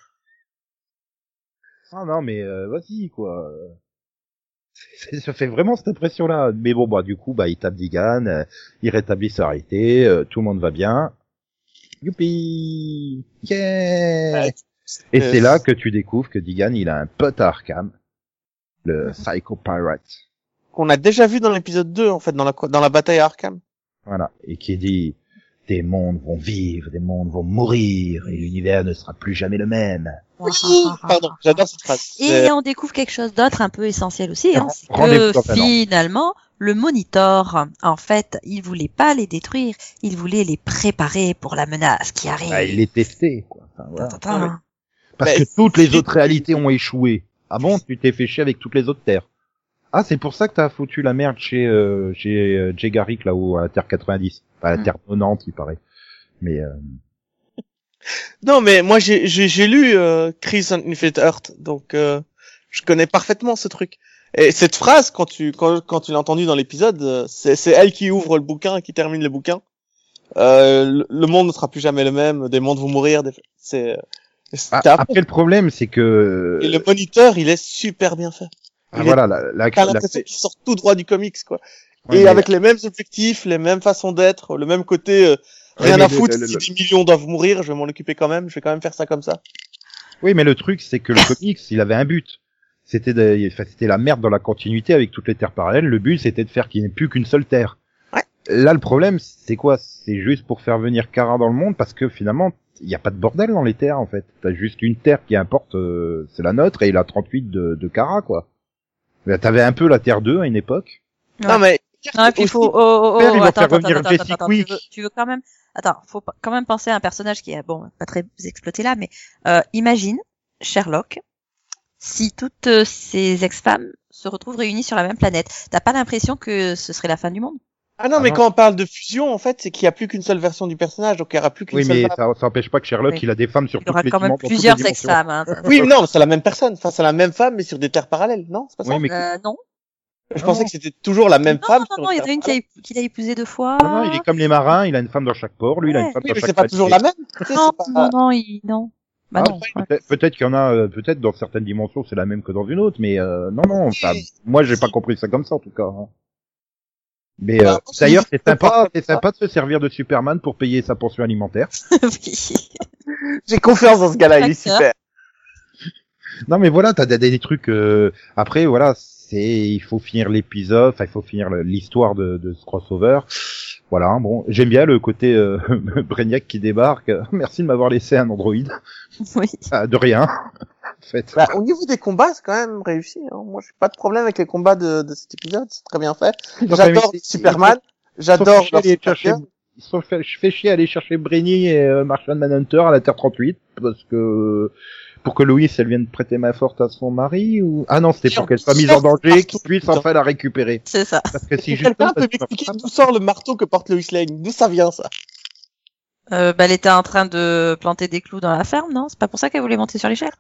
H: Ah non, mais euh, vas-y, quoi. Ça fait vraiment cette impression-là. Mais bon, bah du coup, bah, ils tapent Digan, euh, ils rétablissent la réalité, euh, tout le monde va bien. Youpi Yeah ouais. Et c'est là que tu découvres que Digan, il a un pote à Arkham, le Psycho Pirate.
M: Qu'on a déjà vu dans l'épisode 2, en fait, dans la, dans la bataille à Arkham.
H: Voilà, et qui dit... Des mondes vont vivre, des mondes vont mourir, et l'univers ne sera plus jamais le même.
M: Oui, pardon, j'adore cette phrase. Euh,
K: Et on découvre quelque chose d'autre un peu essentiel aussi, hein, c'est
H: Euh, Rendez-vous
K: que
H: dans un an.
K: finalement, le monitor, en fait, il voulait pas les détruire, il voulait les préparer pour la menace qui arrive.
H: Bah, il est Ah, testé, quoi. Enfin, voilà.
K: Tintin. hein.
H: Parce
M: Bah,
H: que
M: c'est-
H: toutes les autres réalités ont échoué. Ah bon, tu t'es fait chier avec toutes les autres terres. Ah, c'est pour ça que t'as foutu la merde chez euh, chez euh, Jay Garrick là-haut à la Terre 90, pas à la
K: Hmm.
H: Terre 90 il paraît. Mais euh,
M: Non, mais moi j'ai j'ai j'ai lu euh, Chris on Infinite Earth, donc euh, je connais parfaitement ce truc. Et cette phrase, quand tu quand, quand tu l'as entendue dans l'épisode, euh, c'est c'est elle qui ouvre le bouquin, qui termine le bouquin. Euh, le, le monde ne sera plus jamais le même, des mondes vont mourir. Des... C'est euh, c'est
H: ah,
M: à-
H: après le problème, c'est que
M: Et le moniteur, il est super bien fait.
H: Ah,
M: il est-
H: voilà, la, la,
M: T'as
H: la-
M: l'impression qu'il sort tout droit du comics, quoi.
H: Ouais,
M: et
H: mais-
M: avec les mêmes objectifs, les mêmes façons d'être, le même côté, euh,
H: Ouais,
M: rien
H: mais
M: à
H: le-
M: foutre,
H: le-
M: si
H: le-
M: des millions doivent mourir, je vais m'en occuper quand même, je vais quand même faire ça comme ça.
H: Oui, mais le truc, c'est que le comics, il avait un but. C'était de- enfin, c'était la merde dans la continuité avec toutes les terres parallèles. Le but, c'était de faire qu'il n'y ait plus qu'une seule terre.
M: Ouais.
H: Là, le problème, c'est quoi C'est juste pour faire venir Kara dans le monde parce que finalement, il n'y a pas de bordel dans les terres, en fait. T'as juste une terre qui importe, euh, c'est la nôtre, et la 38 de, de Kara, quoi. Bah, T'avais un peu la Terre 2 à une époque.
M: Non, mais.
K: Non, et puis il
M: aussi-
K: faut. Oh, oh, oh,
H: Père, il va
K: attends,
H: faire
K: attends,
H: revenir
K: attends,
H: Jesse
K: attends, attends,
H: Quick.
K: tu, veux, tu veux quand même. Attends, faut pas- quand même penser à un personnage qui est bon, pas très exploité là, mais euh, imagine Sherlock si toutes euh, ces ex-femmes se retrouvent réunies sur la même planète. T'as pas l'impression que ce serait la fin du monde
M: Ah non,
H: Ah
M: mais
H: non.
M: quand on parle de fusion, en fait, c'est qu'il n'y a plus qu'une seule version du personnage, donc il n'y aura plus qu'une
H: Oui,
M: seule
H: mais
M: version.
H: ça ça empêche pas que Sherlock,
K: Oui.
H: il a des femmes sur
K: Il y aura
H: toutes les
K: quand même
H: dimen- dans toutes les
K: plusieurs
H: dimensions.
K: ex-femmes. Hein, ça-
M: Oui, mais non, c'est la même personne, enfin, c'est la même femme, mais sur des terres parallèles, non? C'est pas ça?
H: Oui, mais
K: Euh, non.
M: Je
H: non.
M: pensais que c'était toujours la même
K: non,
M: femme.
K: non,
M: sur
K: non, non, il y
M: une
K: en a
M: terre
K: une qui a, ép- qu'il a épousé deux fois.
H: Ah, Non, non, il est comme les marins, il a une femme dans chaque port, lui, il a
K: Ouais.
H: une femme
M: parallèle. Oui,
H: dans
M: mais
H: chaque
M: c'est pas toujours la même. tu sais,
K: Non,
M: c'est pas-
K: non, non, il... non. Bah
H: Ah,
K: non.
H: Peut-être peut-être qu'il y en a, euh, peut-être dans certaines dimensions c'est la même que dans une autre, mais euh, non, non, enfin,
M: Oui.
H: moi j'ai pas compris ça comme ça en tout cas. hein. Mais
M: Bah,
H: euh,
M: moi,
H: d'ailleurs
M: je
H: c'est
M: comprends
H: sympa,
M: pas.
H: c'est sympa de se servir de Superman pour payer sa pension alimentaire.
K: Oui.
M: J'ai confiance dans ce gars-là, il est
K: Facteur.
M: super.
H: Non mais voilà, t'as des, des trucs. euh, après voilà, c'est il faut finir l'épisode, enfin il faut finir le- l'histoire de, de ce crossover. Voilà, hein, bon, j'aime bien le côté euh, Brainiac qui débarque. Merci de m'avoir laissé un androïde.
K: oui.
H: Ah, de rien. en fait.
M: Bah, au niveau des combats, c'est quand même réussi. Hein. Moi, j'ai pas de problème avec les combats de, de cet épisode, c'est très bien fait.
H: Ils ont quand même
M: J'adore
H: été-
M: Superman,
H: Ils sont
M: j'adore
H: fait chier
M: leur
H: aller chercher-
M: Supergirl.
H: Ils sont fait, je fais chier à aller chercher Brenny et euh, Martian Manhunter à la Terre 38 parce que pour que Louis elle vienne prêter main forte à son mari ou ah non c'était pour qu'elle soit mise en danger qu'il puisse enfin la récupérer
K: C'est ça.
H: parce que si
M: Quelqu'un
H: justement
M: peut m'expliquer d'où sort le marteau que porte Lois Lane D'où ça vient ça
K: Euh, bah, elle était en train de planter des clous dans la ferme, non C'est pas pour ça qu'elle voulait monter sur l'échelle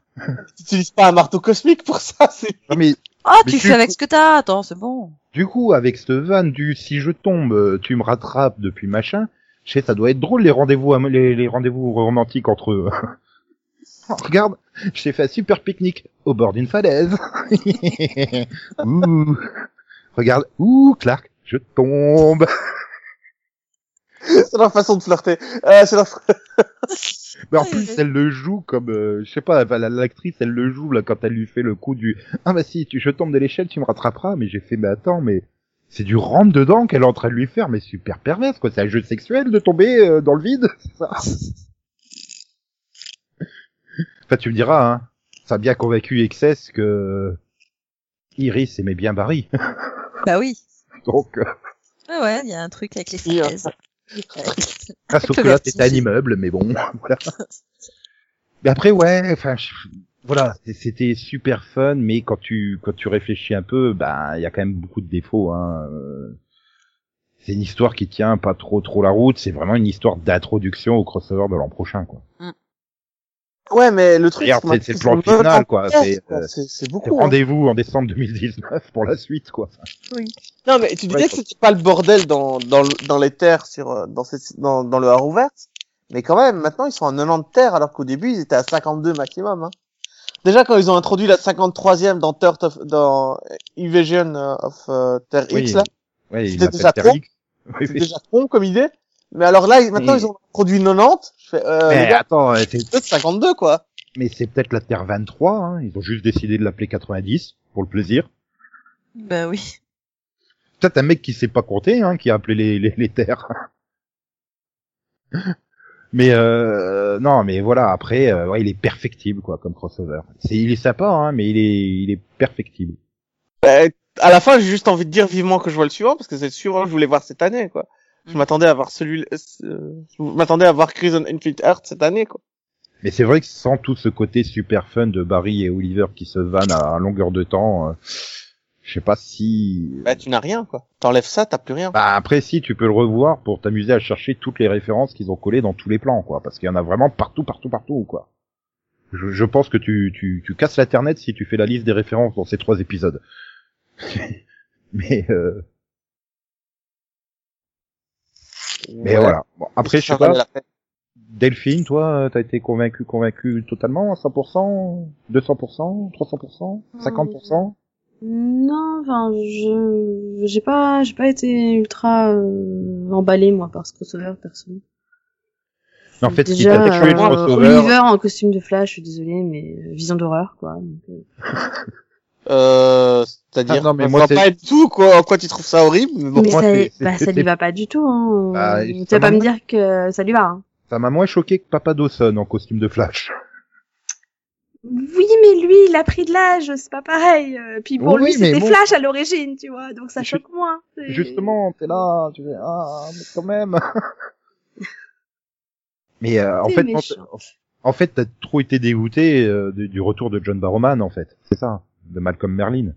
M: Tu n'utilises pas un marteau cosmique pour ça c'est-
H: Non, mais
K: Ah,
H: Mais
K: tu
H: tu-
K: fais avec ce que t'as, attends, c'est bon.
H: du coup avec ce van du si je tombe euh, tu me rattrapes depuis machin je sais ça doit être drôle les rendez-vous am- les, les rendez-vous romantiques entre eux regarde j'ai fait un super pique-nique au bord d'une falaise ouh regarde ouh Clark je tombe
M: C'est leur façon de flirter. Euh, c'est leur...
H: Mais en
K: Oui, oui.
H: plus, elle le joue comme, euh, je sais pas, enfin, la- l'actrice, elle le joue là quand elle lui fait le coup du ah bah si, tu, je tombe de l'échelle, tu me rattraperas. Mais j'ai fait, mais attends, mais c'est du rentre dedans qu'elle est en train de lui faire, mais super perverse quoi. C'est un jeu sexuel de tomber euh, dans le vide, c'est ça. enfin, tu me diras, hein, ça a bien convaincu Excess que Iris aimait bien Barry,
K: Bah oui.
H: donc euh,
K: Ouais, ouais, il y a un truc avec les
M: Il-
K: falaises.
H: Ah, sauf que là,
K: Converti.
H: c'était un immeuble, mais bon, voilà. Mais après, ouais, enfin, je- voilà, c'est- c'était super fun, mais quand tu quand tu réfléchis un peu, ben, il y a quand même beaucoup de défauts. Hein. euh. C'est une histoire qui tient pas trop trop la route. C'est vraiment une histoire d'introduction au crossover de l'an prochain, quoi.
M: Ouais, mais le truc,
H: Regarde,
M: moi,
H: c'est- c'est le plan
M: me
H: final,
M: rend
H: quoi,
M: perplexe,
H: c'est,
M: quoi.
H: euh,
M: C'est c'est
H: C'est
M: beaucoup. hein.
H: Rendez-vous en décembre 2019 pour la suite, quoi.
M: Non, mais tu disais
H: Ouais,
M: que c'était pas le bordel dans, dans, le- dans les terres sur, euh, dans, cette, dans, dans le Harouverse. Mais quand même, maintenant, ils sont à 90 terres, alors qu'au début, ils étaient à 52 maximum, hein. Déjà, quand ils ont introduit la 53e dans Earth of, dans euh, Invasion euh, of euh, Terre
H: Oui,
M: X, là,
H: Ouais, il
M: C'était
H: l'appelle
M: déjà
H: Terre
M: trop.
H: X. Oui,
M: c'est
H: oui.
M: déjà con comme idée. Mais alors là, ils- maintenant,
H: Mais-
M: ils ont introduit 90. Je fais, euh,
H: Mais
M: les gars,
H: attends, euh, c'est-
M: vous êtes 52, quoi.
H: mais c'est peut-être la Terre 23. Hein. Ils ont juste décidé de l'appeler 90 pour le plaisir.
K: Bah oui.
H: Peut-être un mec qui sait pas compter, hein, qui a appelé les, les, les terres. mais euh, non, mais voilà. Après, euh, ouais, il est perfectible quoi, comme crossover. C'est, il est sympa, hein, mais il est, il est perfectible.
M: Bah, à la fin, j'ai juste envie de dire vivement que je vois le suivant parce que c'est le suivant que je voulais voir cette année, quoi. Je m'attendais à voir celui, euh, je m'attendais à voir Crimson Infinite Heart cette année, quoi.
H: Mais c'est vrai que sans tout ce côté super fun de Barry et Oliver qui se vannent à longueur de temps, euh, je sais pas si.
M: Bah tu n'as rien, quoi. T'enlèves ça, t'as plus rien.
H: Bah après si, tu peux le revoir pour t'amuser à chercher toutes les références qu'ils ont collées dans tous les plans, quoi. Parce qu'il y en a vraiment partout, partout, partout, quoi. Je, je pense que tu, tu, tu casses l'internet si tu fais la liste des références dans ces trois épisodes. Mais euh... Mais
M: Ouais.
H: voilà. Bon, après, je
M: Ça
H: sais
M: valait la
H: pas.
M: peine.
H: Delphine, toi, euh, t'as été convaincu, convaincu totalement, à 100%, 200%, 300%,
J: Ah,
H: 50%.
J: Non, enfin, je j'ai pas j'ai pas été ultra euh, emballé moi par ce crossover perso.
H: Mais en fait, ce qui
J: Déjà,
H: t'a tué le
J: euh,
H: crossover,
J: Oliver en costume de Flash, je suis désolée, mais euh, vision d'horreur quoi. Donc, euh,
M: Euh, c'est-à-dire,
H: Ah non, mais
M: on
H: moi,
M: voit
H: c'est-
M: pas du tout, quoi. En quoi tu trouves ça horrible mais bon.
J: mais
H: moi,
J: ça,
H: c'est- c'est-
J: bah, ça
H: c'est-
J: lui va pas du tout. Hein.
H: Bah,
J: tu vas pas
H: justement.
J: me dire que ça lui va. Hein.
H: ça m'a moins choqué que Papa Dawson en costume de Flash.
J: Oui, mais lui, il a pris de l'âge, c'est pas pareil. Euh, Puis bon,
H: Oui,
J: lui,
H: mais
J: c'était
H: bon.
J: Flash à l'origine, tu vois, donc ça
H: Ju-
J: choque moins. C'est-
H: Justement, t'es là, tu fais, ah, mais quand même. mais euh, en
J: T'es
H: fait,
J: méchant.
H: en- en fait, t'as trop été dégoûté euh, du, du retour de John Barrowman, en fait. C'est ça, de Malcolm Merlin.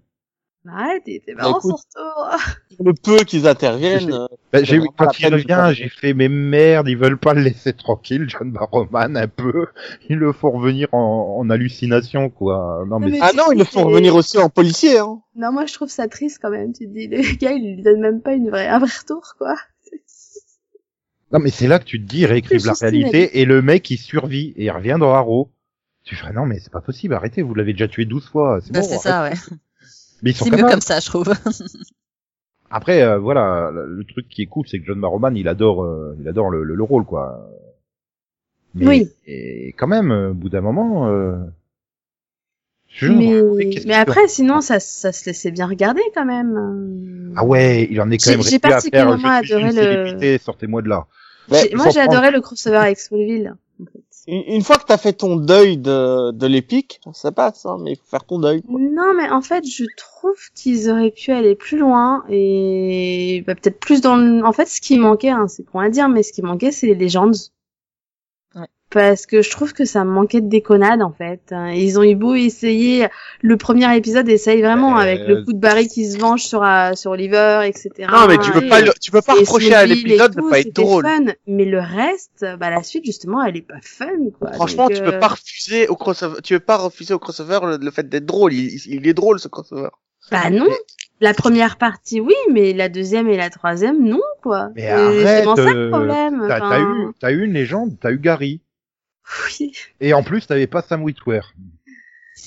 J: Bah ouais, t'es t'es marrant
M: écoute.
J: sur toi.
M: Pour le peu qu'ils interviennent, euh,
H: Bah, j'ai,
M: vraiment
H: quand
M: la
H: il
M: peine de
H: revient,
M: parler.
H: j'ai fait mes merdes, ils veulent pas le laisser tranquille, John Barrowman, un peu. Ils le font revenir en, en hallucination, quoi. Non, mais,
J: mais-
M: ah non, ils le font
J: Et-
M: revenir aussi en policier, hein.
J: Non, moi, je trouve ça triste quand même. Tu te dis, le gars, il lui donne même pas une vraie, un vrai retour, quoi.
H: non, mais c'est là que tu te dis, réécrive
J: C'est
H: la
J: juste une
H: réalité, et le mec, il survit, et il revient dans Arrow. Tu fais, ah non, mais c'est pas possible, arrêtez, vous l'avez déjà tué 12 fois, c'est
K: Bah,
H: bon. hein.
K: c'est ça, ouais.
H: Mais ils sont
K: C'est
H: quand
K: mieux
H: même-
K: comme ça, je trouve.
H: Après, euh, voilà, le le truc qui est cool, c'est que John Barrowman, il adore, euh, il adore le, le- le rôle, quoi. Mais,
J: Oui.
H: Et quand même, euh, au bout d'un moment, euh, je me
J: mais
H: demandais qu'est-ce
J: mais
H: qu'il
J: après, sinon, ça, ça se laissait bien regarder quand même.
H: Ah ouais, il en est quand
J: J'ai-
H: même
J: j'ai
H: resté à faire.
J: particulièrement
H: Je suis
J: adoré
H: une
J: le-
H: célébrité, sortez-moi de là.
M: Ouais,
J: J'ai- moi, j'ai
H: j'en prends.
J: adoré le crossover avec Smallville. en fait.
M: Une, une fois que t'as fait ton deuil de, de l'épique, ça passe, hein, mais il faut faire ton deuil. quoi.
J: Non, mais en fait, je trouve qu'ils auraient pu aller plus loin et bah, peut-être plus dans le... En fait, ce qui manquait, hein, c'est pour rien dire, mais ce qui manquait, c'est les légendes.
K: Ouais.
J: Parce que je trouve que ça manquait de déconnade, en fait. hein. Ils ont eu beau essayer... Le premier épisode essaye vraiment
H: Euh,
J: avec le coup de Barry qui se venge sur, euh, sur Oliver, etc.
M: Non, mais tu peux
J: Et-
M: pas, le- tu peux pas
J: Ah, et
M: reprocher à
J: Smallville et
M: l'épisode de
J: tout,
M: pas être
J: c'était
M: drôle.
J: fun, mais le reste, bah, la suite, justement, elle est pas fun, quoi.
M: Franchement,
J: Donc,
M: tu
J: euh,
M: peux pas refuser au crossover, tu peux pas refuser au crossover le, le fait d'être drôle. Il, il- il est drôle ce crossover.
J: Bah non. La première partie, oui, mais la deuxième et la troisième, non, quoi.
H: Mais
J: Et
H: arrête,
J: C'est vraiment ça
H: euh,
J: le problème.
H: T'as t'as eu,
J: enfin,
H: t'as eu une légende, t'as eu Gary.
J: Oui,
H: Et en plus, t'avais pas Sam Witwer.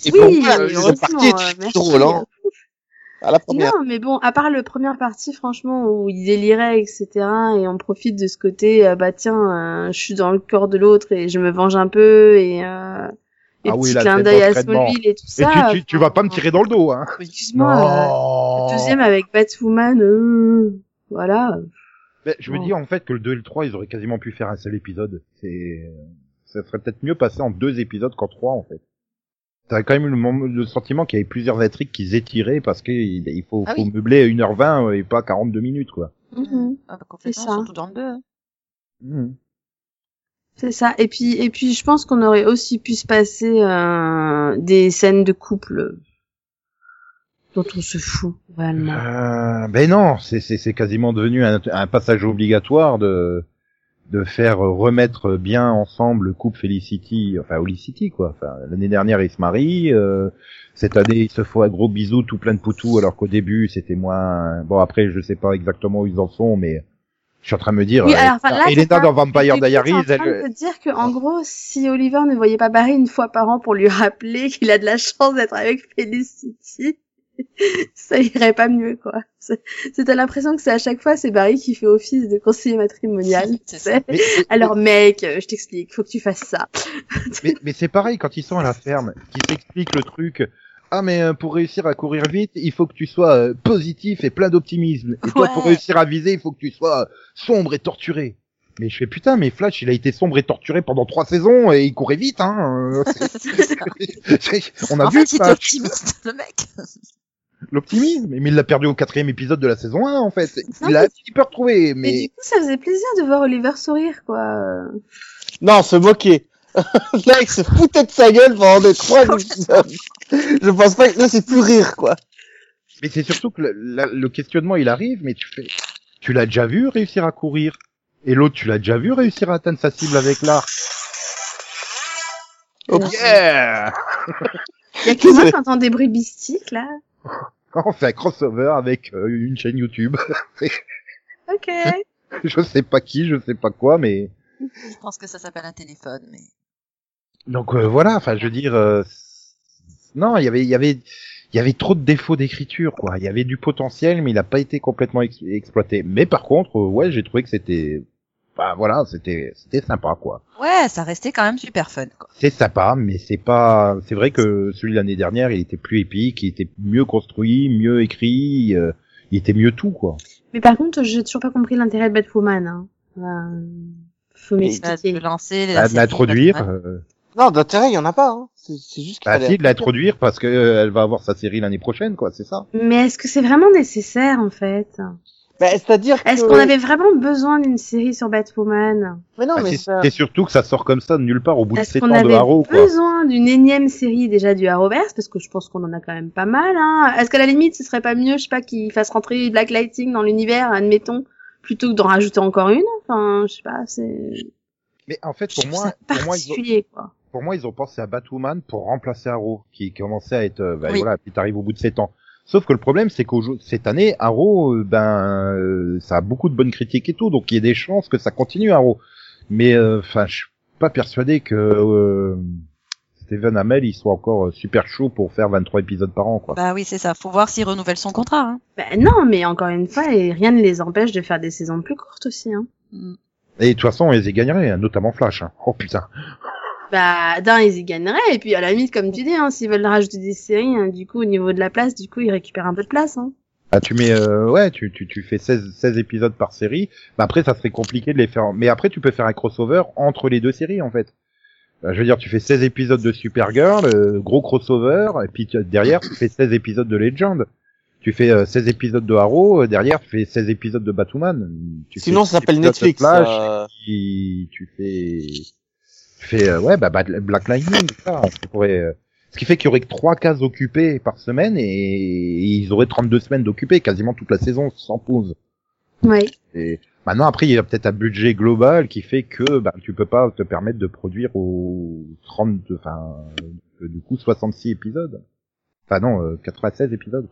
M: Et
J: oui,
M: pourquoi la
J: heureusement,
M: deuxième partie
J: euh,
M: est
J: merci.
M: drôle, hein, à la première.
J: Non, mais bon, à part le première partie, franchement, où il délirait, etc., et on profite de ce côté, euh, bah tiens, euh, je suis dans le corps de l'autre et je me venge un peu, et, euh, et
H: Ah oui,
J: petit
H: la
J: clin
H: scène
J: d'œil à
H: d'entraînement.
J: Smallville et tout
H: Et
J: ça.
H: tu, tu, tu vas pas me
J: enfin,
H: tirer dans le dos, hein.
J: Excuse-moi, euh,
K: Oh.
J: le deuxième avec Batwoman, euh, voilà.
H: Ben, je me dis en fait que le 2 et le 3, ils auraient quasiment pu faire un seul épisode. C'est, ça serait peut-être mieux passé en deux épisodes qu'en trois en fait. T'as quand même eu le, mom- le sentiment qu'il y avait plusieurs intrigues qui s'étiraient parce qu'il il faut,
K: Ah
H: faut
K: oui.
H: meubler 1h20 et pas 42 minutes quoi.
J: Mhm.
K: Ah, bah,
J: ça.
K: complètement, surtout dans le deux. hein.
J: C'est ça. Et puis, et puis, je pense qu'on aurait aussi pu se passer euh, des scènes de couple dont on se fout réellement.
H: Euh, ben non, c'est- c'est c'est quasiment devenu un, un passage obligatoire de de faire remettre bien ensemble le couple Felicity, enfin Olicity quoi. Enfin, L'année dernière ils se marient, euh, cette année ils se font un gros bisou tout plein de poutous alors qu'au début c'était moins. Bon après je sais pas exactement où ils en sont mais je suis en train de me dire.
J: Oui,
H: euh,
J: alors, enfin, là,
H: Elena
J: c'est pas-
H: dans Vampire
J: Du coup,
H: Diaries,
J: t'es en train
H: Bah, elle- euh,
J: de te dire que, en gros, si Oliver ne voyait pas Barry une fois par an pour lui rappeler qu'il a de la chance d'être avec Felicity, ça irait pas mieux, quoi. C'est c'est- t'as l'impression que c'est à chaque fois, c'est Barry qui fait office de conseiller matrimonial. tu
K: C'est
J: sais.
K: ça.
H: Mais-
J: Alors, mec, euh, je t'explique, faut que tu fasses ça.
H: Mais, mais c'est pareil quand ils sont à la ferme, qu'ils t'expliquent le truc. Ah mais euh, pour réussir à courir vite, il faut que tu sois euh, positif et plein d'optimisme. Et toi, pour
K: Ouais.
H: réussir à viser, il faut que tu sois euh, sombre et torturé. Mais je fais putain, mais Flash, il a été sombre et torturé pendant trois saisons et il courait vite, hein. euh, On a
K: en
H: vu
K: fait, il était
H: Flash.
K: optimiste, le mec.
H: l'optimisme, mais il l'a perdu au quatrième épisode de la saison 1 en fait.
J: Non,
H: Il l'a
J: mais-
H: un petit peu retrouvé,
J: Mais du
H: mais
J: coup, ça faisait plaisir de voir Oliver sourire, quoi. euh.
M: Non, se moquer. là, il se foutait de sa gueule pendant des trois épisodes. Je pense pas que là, c'est plus rire, quoi.
H: mais c'est surtout que le, la- le questionnement il arrive, mais tu fais, tu l'as déjà vu réussir à courir, et l'autre tu l'as déjà vu réussir à atteindre sa cible avec l'arc. Oh yeah
J: Y a que moi qui entends des bruits mystiques, là.
H: On fait un crossover avec euh, une chaîne YouTube.
J: Ok.
H: je sais pas qui, je sais pas quoi, mais
K: Je pense que ça s'appelle un téléphone, mais.
H: donc euh, voilà. Enfin, je veux dire, euh, non, il y avait, il y avait, il y avait trop de défauts d'écriture, quoi. Il y avait du potentiel, mais il n'a pas été complètement ex- exploité. Mais par contre, euh, ouais, j'ai trouvé que c'était, bah voilà, c'était, c'était sympa, quoi.
K: Ouais, ça restait quand même super fun, quoi.
H: C'est sympa, mais c'est pas, c'est vrai que celui de l'année dernière, il était plus épique, il était mieux construit, mieux écrit, euh, il était mieux tout, quoi.
J: Mais par contre, j'ai toujours pas compris l'intérêt de Batwoman. Hein. Euh, faut m'expliquer.
K: De lancer
H: À
K: la
H: Bah, de l'introduire. euh,
M: Non, d'intérêt, il y en a pas, hein. C'est c'est juste qu'il
H: Ah
M: fallait-
H: si, de l'introduire parce que euh, elle va avoir sa série l'année prochaine, quoi, c'est ça.
J: Mais est-ce que c'est vraiment nécessaire, en fait
M: Bah, c'est-à-dire que...
J: Est-ce qu'on avait vraiment besoin d'une série sur Batwoman
M: Mais non,
H: Bah,
M: mais
H: c'est
M: ça-
H: c'est surtout que ça sort comme ça de nulle part au bout de
J: Est-ce
H: sept
J: qu'on
H: ans de
J: avait
H: Haro, quoi.
J: besoin d'une énième série déjà du Arrowverse Parce que je pense qu'on en a quand même pas mal. Hein. Est-ce qu'à la limite, ce serait pas mieux, je sais pas, qu'ils fassent rentrer Black Lightning dans l'univers, admettons, plutôt que d'en rajouter encore une Enfin, je sais pas, c'est...
H: Mais en fait,
J: je
H: pour
J: trouve
H: moi,
J: ça
H: pour moi, ils ont,
J: particulier, quoi.
H: pour moi, ils ont pensé à Batwoman pour remplacer Arrow, qui commençait à être, euh, bah,
K: Oui.
H: voilà, puis t'arrives au bout de sept ans. Sauf que le problème, c'est qu'au cette année, Arrow, euh, ben, euh, ça a beaucoup de bonnes critiques et tout, donc il y a des chances que ça continue Arrow. Mais, euh, enfin, je suis pas persuadé que euh, Steven Amell, il soit encore euh, super chaud pour faire 23 épisodes par an, quoi.
K: Bah oui, c'est ça. Faut voir s'il renouvelle son contrat, hein.
J: Ben non, mais encore une fois, et rien ne les empêche de faire des saisons plus courtes aussi. Hein.
H: Et de toute façon, ils y gagneraient, hein, notamment Flash. hein. Oh putain.
J: Bah, d'un, ils y gagneraient, et puis à la limite, comme tu dis, hein, s'ils veulent rajouter des séries, hein, du coup, au niveau de la place, du coup, ils récupèrent un peu de place. Hein.
H: Ah, tu mets, euh, ouais, tu, tu, tu fais 16, 16 épisodes par série. Mais après, ça serait compliqué de les faire. en- Mais après, tu peux faire un crossover entre les deux séries, en fait. Euh, Je veux dire, tu fais 16 épisodes de Supergirl, euh, gros crossover, et puis tu- derrière, tu fais 16 épisodes de Legend. Tu fais euh, 16 épisodes de Arrow, euh, derrière, tu fais 16 épisodes de Batwoman. Tu fais
M: Sinon, ça
H: 16
M: s'appelle
H: épisodes de
M: Netflix.
H: Flash,
M: euh.
H: qui- tu fais tu fais euh, ouais bah, bah, Black Lightning ça on pourrait euh, ce qui fait qu'il y aurait que trois cases occupées par semaine et, ils auraient 32 semaines d'occupées quasiment toute la saison sans pause
J: Ouais.
H: et maintenant après il y a peut-être un budget global qui fait que bah, tu peux pas te permettre de produire aux 30 enfin euh, du coup 66 épisodes enfin non euh, 96 épisodes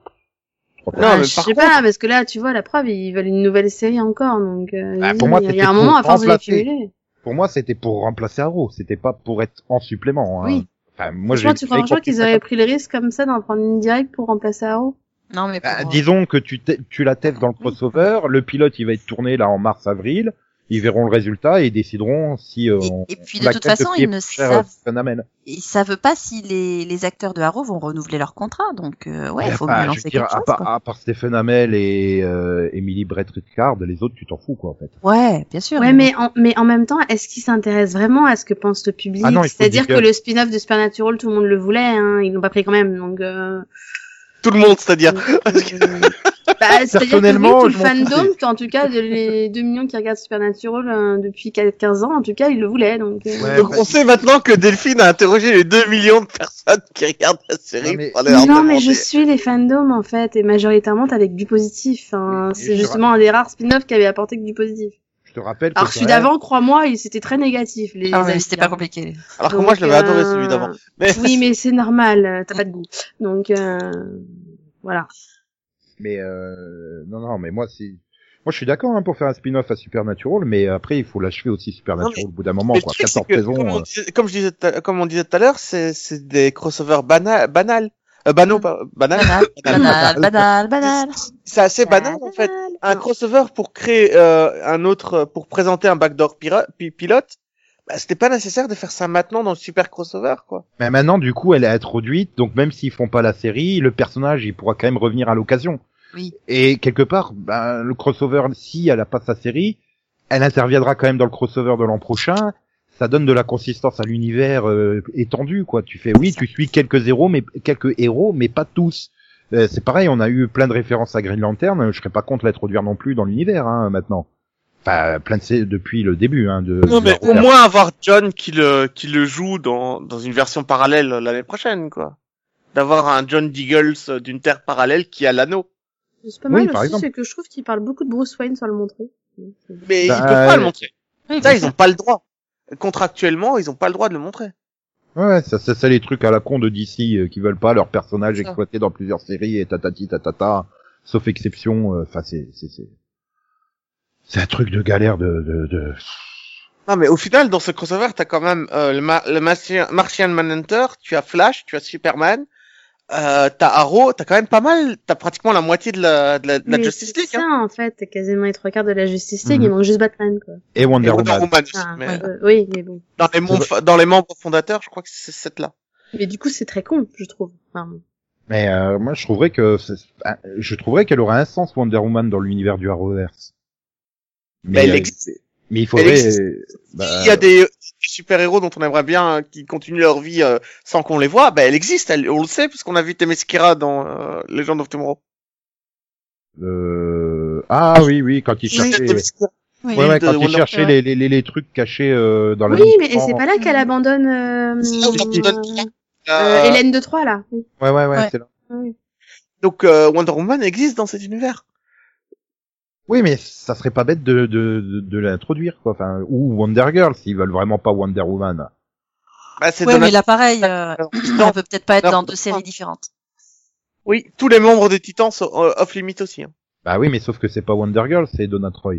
M: Non,
J: Bah,
M: mais
J: je sais
M: par
J: pas, parce que là, tu vois, la preuve, ils veulent une nouvelle série encore, donc euh,
H: Bah,
J: vas-y,
H: pour moi,
J: il y
H: c'était
J: a un moment, à
H: pour
J: force de les
H: remplacer.
J: cumuler.
H: pour moi c'était pour remplacer Arrow c'était pas pour être en supplément hein.
K: Oui.
H: enfin moi
J: Franchement,
H: j'ai
J: tu
H: j'ai
J: crois franchement
H: compris
J: qu'ils
H: ça
J: auraient pris le risque comme ça d'en prendre une directe pour remplacer Arrow
K: Non, mais pour, euh,
H: Bah, disons que tu, t'es- tu la tèves dans le crossover, le pilote il va être tourné là en mars-avril, ils verront le résultat et ils décideront si euh,
K: Et-
H: on-
K: et puis,
H: on
K: de
H: accepte
K: toute façon,
H: ce qui est
K: ils ne
H: plus cher,
K: savent-
H: euh, phénomène.
K: ils savent pas si les, les acteurs de Arrow vont renouveler leur contrat, donc euh, ouais, il faut
H: Enfin, bah,
K: mieux
H: je
K: lancer
H: veux dire,
K: quelque
H: à,
K: chose.
H: part,
K: quoi.
H: à part Stephen Amell et euh, Emily Brett Ricard, les autres tu t'en fous quoi en fait.
K: Ouais, bien sûr.
J: Ouais, mais en, mais en même temps, est-ce qu'ils s'intéressent vraiment à ce que pense le public
H: Ah non, il faut
J: C'est-à-dire que
H: dire que-
J: le spin-off de Supernatural, tout le monde le voulait, hein, ils l'ont pas pris quand même, donc... Euh...
M: Tout le monde, c'est-à-dire.
J: bah, c'est-à-dire que oui,
H: Personnellement,
J: tout le
H: je m'en
J: fandom,
H: foutais.
J: qui, en tout cas, de les 2 millions qui regardent Supernatural euh, depuis 15 ans, en tout cas, ils le voulaient, donc... euh,
H: Ouais,
M: Donc,
H: bah,
M: on sait maintenant que Delphine a interrogé les 2 millions de personnes qui regardent la série
H: Non, mais-
M: pour aller leur
J: Non, mais
M: demander.
J: je suis les fandoms en fait, et majoritairement avec du positif. hein.
H: Et
J: C'est
H: je
J: justement un des rares spin-offs qui avait apporté que du positif.
H: Je te rappelle que
J: Alors celui
H: quand même-
J: d'avant, crois-moi, il c'était très négatif. Les
K: Ah, mais
J: avis,
K: c'était pas
J: hein.
K: compliqué.
M: Alors que
J: Donc,
M: moi, je l'avais
J: euh,
M: adoré celui d'avant. Mais-
J: Oui, mais c'est normal, euh, t'as pas de goût. Donc euh, voilà.
H: mais euh, non non mais moi c'est moi je suis d'accord hein, pour faire un spin-off à Supernatural mais après il faut l'achever aussi Supernatural
M: Non, mais-
H: au bout d'un moment
M: Mais le
H: quoi.
M: truc, c'est
H: 14
M: que,
H: saisons.
M: Comme, on
H: euh,
M: disait, comme je disais, tout à- comme on disait tout à l'heure, c'est, c'est des crossovers banal, banal, euh, banaux, pas- banal.
K: Banal, banal,
H: Banal.
K: banal, banal.
M: C'est assez banal en fait. Un
J: Non.
M: crossover pour créer euh, un autre, euh, pour présenter un backdoor pira- pi- pilote, bah, c'était pas nécessaire de faire ça maintenant dans le super crossover quoi.
H: Mais maintenant, du coup, elle est introduite, donc même s'ils font pas la série, le personnage, il pourra quand même revenir à l'occasion.
K: Oui.
H: Et quelque part, ben, le crossover, si elle a pas sa série, elle interviendra quand même dans le crossover de l'an prochain. Ça donne de la consistance à l'univers euh, étendu, quoi. Tu fais, oui, tu suis quelques héros, mais quelques héros, mais pas tous. Euh, c'est pareil, on a eu plein de références à Green Lantern. Je serais pas contre l'introduire non plus dans l'univers, hein, maintenant. Enfin, plein de depuis le début, hein. De,
M: non,
H: de
M: mais au moins avoir John qui le qui le joue dans dans une version parallèle l'année prochaine, quoi. D'avoir un John Diggles d'une terre parallèle qui a l'anneau.
J: C'est pas mal oui, aussi, c'est que je trouve qu'il parle beaucoup de Bruce Wayne sans le montrer.
M: Mais bah, ils peuvent pas euh... le montrer. Ça, ils ont pas le droit. Contractuellement, ils ont pas le droit de le montrer.
H: Ouais, ça, ça, c'est les trucs à la con de DC euh, qui veulent pas leurs personnages exploités dans plusieurs séries et tatati tatata, sauf exception. Enfin, euh, c'est c'est c'est c'est un truc de galère de de. de...
M: Non mais au final dans ce crossover t'as quand même euh, le, ma- le Martian, Martian Manhunter, tu as Flash, tu as Superman, euh, t'as Arrow, t'as quand même pas mal, t'as pratiquement la moitié de la, de la, de la Justice League.
J: C'est ça, hein. en fait, t'as quasiment les trois quarts de la Justice League, mm-hmm. il manque juste Batman, quoi.
H: Et Wonder, Et Wonder Woman. Woman
J: aussi, ah, mais... Euh, oui, mais bon.
M: Dans les, monf- dans les membres fondateurs, je crois que c'est cette là.
J: Mais du coup, c'est très con, je trouve. Enfin...
H: Mais euh, moi, je trouverais que c'est... je trouverais qu'elle aurait un sens Wonder Woman dans l'univers du Arrowverse. euh,
M: Mais, mais Ben, elle existe.
H: Mais il faudrait. euh,
M: Bah... Il y a des super-héros dont on aimerait bien euh, qu'ils continuent leur vie euh, sans qu'on les voit. Bah, elle existe, elle, on le sait, puisqu'on a vu Temeskira dans euh, Legend of Tomorrow.
H: Euh... Ah oui, oui, quand il cherchait. Oui. Oui. Ouais, ouais, quand il cherchait les, les, les, les, trucs cachés euh, dans la.
J: Oui, mais c'est pas là qu'elle abandonne. euh,
M: Euh,
J: Hélène de Troyes là.
H: Oui. Ouais, ouais, ouais, ouais, c'est là. Oui.
M: Donc euh, Wonder Woman existe dans cet univers.
H: Oui, mais ça serait pas bête de, de, de, de, l'introduire, quoi. Enfin, ou Wonder Girl, s'ils veulent vraiment pas Wonder Woman.
M: Ben,
K: Bah, c'est ouais, mais là, pareil, euh,
J: Ah,
K: elle peut peut-être pas être dans deux séries différentes.
M: Oui, tous les membres de Titans sont off-limit aussi. Hein.
H: Bah oui, mais sauf que c'est pas Wonder Girl, c'est Donna Troy.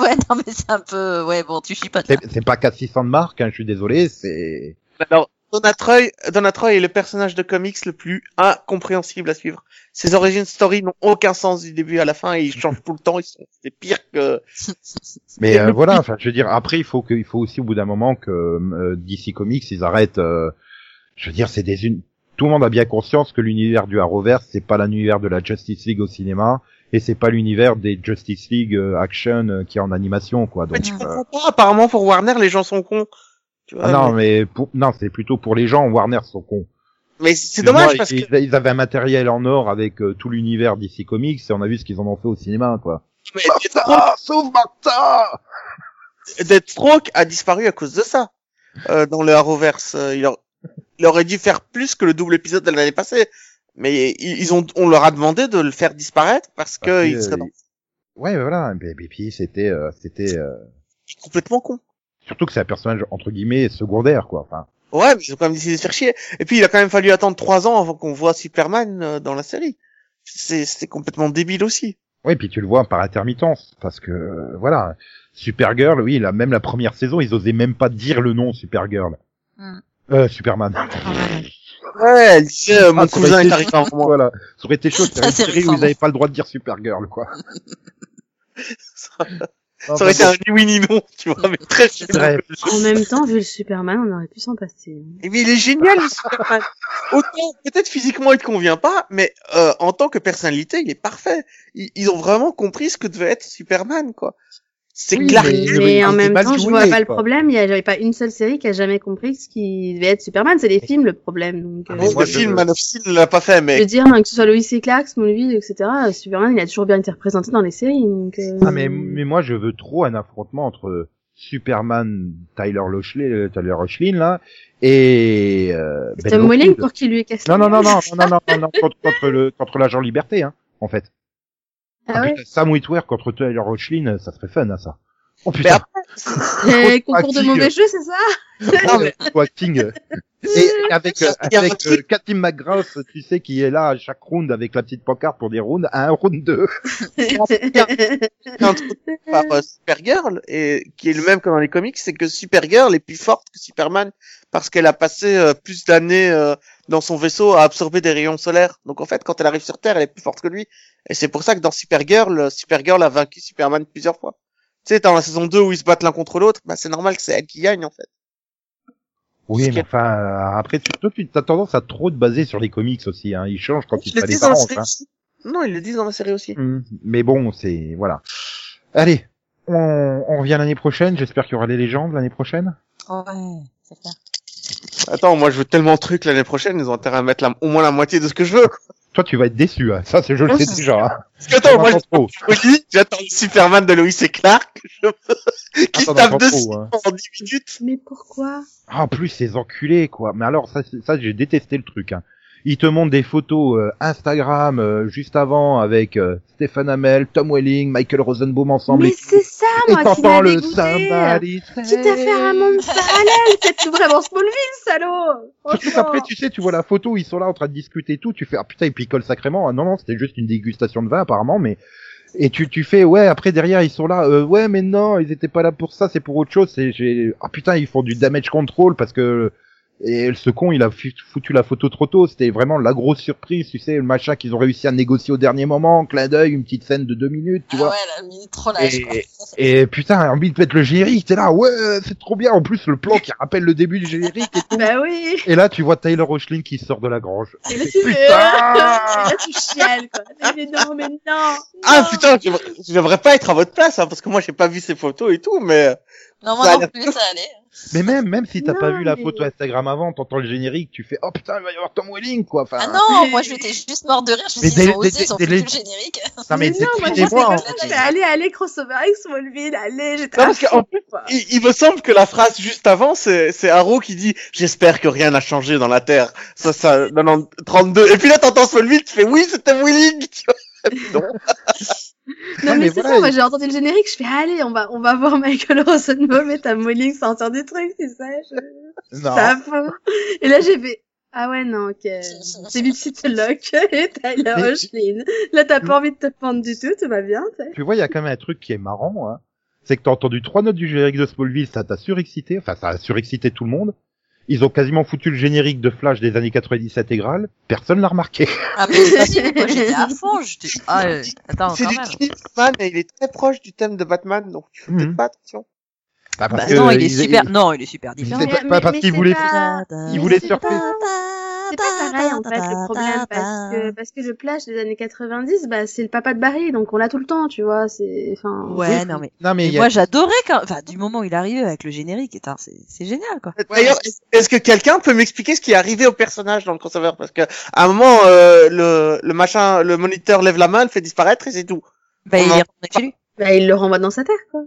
K: ouais, non, mais c'est un peu... Ouais, bon, tu chies pas
H: c'est, c'est pas 400 de marque, hein, je suis désolé, c'est...
M: Alors, Donna Troy, Donna Troy est le personnage de comics le plus incompréhensible à suivre. Ses origin stories n'ont aucun sens du début à la fin et ils changent tout le temps. Ils sont c'est pire que.
H: Mais euh, voilà, enfin, je veux dire, après il faut que, il faut aussi au bout d'un moment que euh, DC Comics ils arrêtent. Euh, je veux dire, c'est des une. Tout le monde a bien conscience que l'univers du Arrowverse c'est pas l'univers de la Justice League au cinéma et c'est pas l'univers des Justice League euh, action qui est en animation quoi. Donc,
M: Mais tu comprends pas Apparemment pour Warner les gens sont cons.
H: Vois, ah non, mais, mais pour... non, c'est plutôt pour les gens. Warner sont cons.
M: Mais c'est Excuse-moi, dommage parce
H: ils,
M: que
H: ils avaient un matériel en or avec euh, tout l'univers d'ici comics et on a vu ce qu'ils en ont fait au cinéma, quoi.
M: Mais Martha,
H: Ah, sauve Martha
M: Deathstroke a disparu à cause de ça. Euh, dans le Arrowverse, euh, il, a... il, aurait dû faire plus que le double épisode de l'année passée. Mais ils ont, on leur a demandé de le faire disparaître parce que parce il serait dans...
H: Ouais, voilà. Et puis c'était, euh, c'était
M: complètement con.
H: Surtout que c'est un personnage entre guillemets secondaire, quoi. Enfin.
M: Ouais, mais ils ont quand même décidé de faire chier. Et puis il a quand même fallu attendre trois ans avant qu'on voit Superman euh, dans la série. C'est, c'était complètement débile aussi.
H: Oui, puis tu le vois par intermittence, parce que euh, voilà, Supergirl, oui, là, même la première saison, ils osaient même pas dire le nom Supergirl. Mm. Euh, Superman.
M: ouais, elle disait euh, mon ah, cousin est arrivé avant moi.
H: Voilà, ça aurait été chaud. C'est une série où ils n'avaient pas le droit de dire Supergirl, quoi.
M: ça... Non, ça aurait été un ni oui ni non, tu vois, mais très
J: génial. En même temps, vu le Superman, on aurait pu s'en passer.
M: Et mais il est génial, le Superman. Autant, peut-être physiquement, il te convient pas, mais euh, en tant que personnalité, il est parfait. Ils, ils, ont vraiment compris ce que devait être Superman, quoi. C'est
J: oui,
M: clair.
J: Mais, mais en même temps, je vois pas le problème. Il n'y avait pas une seule série qui a jamais compris ce qui devait être Superman. C'est les films le problème. Donc,
H: Ah,
M: euh, moi, le film Man of Steel l'a pas fait, mais.
J: Je veux dire, que ce soit Lois et Clark, Smallville, etc. Superman, il a toujours bien été représenté dans les séries. Donc, euh...
H: Ah mais mais moi, je veux trop un affrontement entre Superman, Tyler Rochlin, Tyler Rochlin là, et euh,
J: ben Tom Welling pour qu'il lui casse.
H: Non non non non non non non, non contre, contre le contre l'agent Liberté hein, en fait. Ah ouais. Sam Witwer contre Tyler Rochlin, ça serait fun, hein, ça. Oh putain.
J: Après, concours de mauvais jeu, c'est ça
H: Non mais acting. Et avec euh, avec euh, Cathy McGrath, tu sais qui est là à chaque round avec la petite pancarte pour des rounds, à un round 2.
M: par euh, Supergirl et qui est le même que dans les comics, c'est que Supergirl est plus forte que Superman parce qu'elle a passé euh, plus d'années dans son vaisseau à absorber des rayons solaires. Donc en fait, quand elle arrive sur Terre, elle est plus forte que lui. Et c'est pour ça que dans Supergirl, euh, Supergirl a vaincu Superman plusieurs fois. Tu sais, dans la saison 2 où ils se battent l'un contre l'autre, bah c'est normal que c'est elle qui gagne en fait.
H: Oui, mais enfin, euh, après, toi, tu as tendance à trop te baser sur les comics aussi. Hein. Ils changent quand ils
M: il
H: font hein. les
M: parents.
H: Hein.
M: Non, ils le disent dans la série aussi.
H: Mmh. Mais bon, c'est... Voilà. Allez, on, on revient l'année prochaine. J'espère qu'il y aura les légendes l'année prochaine.
K: Ouais, c'est clair.
M: Attends, moi je veux tellement de trucs l'année prochaine, ils ont intérêt à mettre la- au moins la moitié de ce que je veux. quoi.
H: Toi, tu vas être déçu. Hein. Ça, c'est je le
M: Ouais,
H: sais
M: Oh, c'est
H: déjà. hein.
M: Parce que attends,
H: On
M: moi
H: attend trop.
M: je dis, j'attends le Superman de Lois et Clark, je veux- qui
H: Attends,
M: se tape
H: attends,
M: dessus
H: trop, hein.
M: en 10 minutes.
J: Mais pourquoi
H: Ah, en plus, ces enculés, quoi. Mais alors, ça, c'est- ça j'ai détesté le truc. Hein. Ils te montrent des photos euh, Instagram euh, juste avant avec euh, Stéphane Hamel, Tom Welling, Michael Rosenbaum ensemble.
J: Mais
H: et-
J: c'est ça,
H: et
J: moi, qui
H: t'entends
J: m'avait
H: le
J: goûté.
H: somebody
J: Quitte à faire un monde parallèle, c'est tout vraiment Smallville, salaud
K: Oh
H: Surtout
J: Franchement.
H: qu'après, tu sais, tu vois la photo, ils sont là en train de discuter et tout, tu fais, ah putain, ils picolent sacrément. Ah, non, non, c'était juste une dégustation de vin, apparemment, mais, et tu, tu fais, ouais, après, derrière, ils sont là, euh, ouais, mais non, ils étaient pas là pour ça, c'est pour autre chose, c'est, j'ai, ah putain, ils font du damage control parce que, et ce con, il a fu- foutu la photo trop tôt, c'était vraiment la grosse surprise, tu sais, le machin qu'ils ont réussi à négocier au dernier moment, clin d'œil, une petite scène de deux minutes, tu
K: Ah
H: vois.
K: ouais, la mini trollage.
H: Et-
K: quoi.
H: Et putain, envie de mettre le générique, t'es là, ouais, c'est trop bien, en plus, le plan qui rappelle le début du générique et tout.
J: Bah oui
H: Et là, tu vois Tyler Rochlin qui sort de la grange.
J: Et là, tu
H: Putain
J: Et là, tu chiales, quoi. Mais non, mais non
M: Ah putain, j'aimerais- j'aimerais pas être à votre place, hein, parce que moi j'ai pas vu ces photos et tout, mais...
K: Non, moi
M: Ça a
K: non
M: l'air
K: plus, ça allait.
H: Mais même, même si t'as
J: Non,
H: pas vu la
J: mais-
H: photo Instagram avant, t'entends le générique, tu fais, oh putain, il va y avoir Tom Welling, quoi. Enfin,
K: Ah non, moi j'étais juste mort de rire. Je me
H: Mais
K: suis dit, ils
H: des-
K: ont osé,
H: des-
K: ils ont
H: des-
K: fait tout le
H: des-
K: générique.
H: non, mais,
J: Mais non, moi, je pensais
H: excusez-moi.
J: comme
H: en
J: ça,
H: fait.
J: mais allez, allez, crossover avec Smallville, allez, j'étais
M: Non,
J: à
M: parce que,
J: fond,
M: en plus,
J: quoi.
M: Il, il me semble que la phrase juste avant, c'est c'est Arrow qui dit « J'espère que rien n'a changé dans la Terre ». Ça, ça, non, non, 32. Et puis là, t'entends Smallville, tu fais « Oui, c'était Wheeling !» tu vois. Et puis non.
H: Non,
J: Non, mais,
H: mais
J: c'est
H: voilà,
J: ça,
H: il-
J: moi j'ai entendu le générique, je fais allez, on va, on va voir Michael Rosenbaum et Tom Welling sortir des trucs, tu sais, je...
H: Non.
J: ça à fond. Et là j'ai fait, ah ouais, non, ok, c'est Bipsit Locke et Tyler
H: Mais-
J: Rochlin. Là t'as pas envie de te prendre du tout, tout va bien, tu sais.
H: Tu vois, il y a quand même un truc qui est marrant, hein. C'est que t'as entendu trois notes du générique de Smallville, ça t'a surexcité, enfin, ça a surexcité tout le monde. Ils ont quasiment foutu le générique de Flash des années 90 intégral, personne l'a remarqué.
K: Ah mais si, si, moi j'étais à fond. J'étais... Ah, euh, attends,
M: C'est
K: quand
M: du
K: même.
M: Tony Batman, et il est très proche du thème de Batman, donc tu fais
H: Mhm.
M: peut-être pas attention.
H: Bah,
K: Bah
H: parce que
K: non, il est
H: ils-
K: super.
H: ils-
K: Non, il est super
H: ils-
K: différent.
H: c'est pas-
J: Mais-
H: pas parce
J: mais
H: qu'ils
J: c'est
H: voulaient,
J: pas-
H: ils voulaient
J: c'est
H: surfer.
J: pas- C'est pas pareil en fait le problème parce que parce que le Flash des années 90 bah c'est le papa de Barry donc on l'a tout le temps tu vois c'est enfin
K: Ouais, non mais.
H: Non, mais
K: mais
H: il y a-
K: moi j'adorais quand. Enfin, du moment où il arrivait avec le générique, et tain, c'est, c'est génial quoi.
M: D'ailleurs, est-ce- est-ce que quelqu'un peut m'expliquer ce qui est arrivé au personnage dans le crossover Parce que à un moment, euh, le, le machin, le moniteur lève la main, le fait disparaître et c'est tout.
K: Bah, il
M: On en-
K: est retourné chez lui.
J: bah il le renvoie dans sa terre quoi.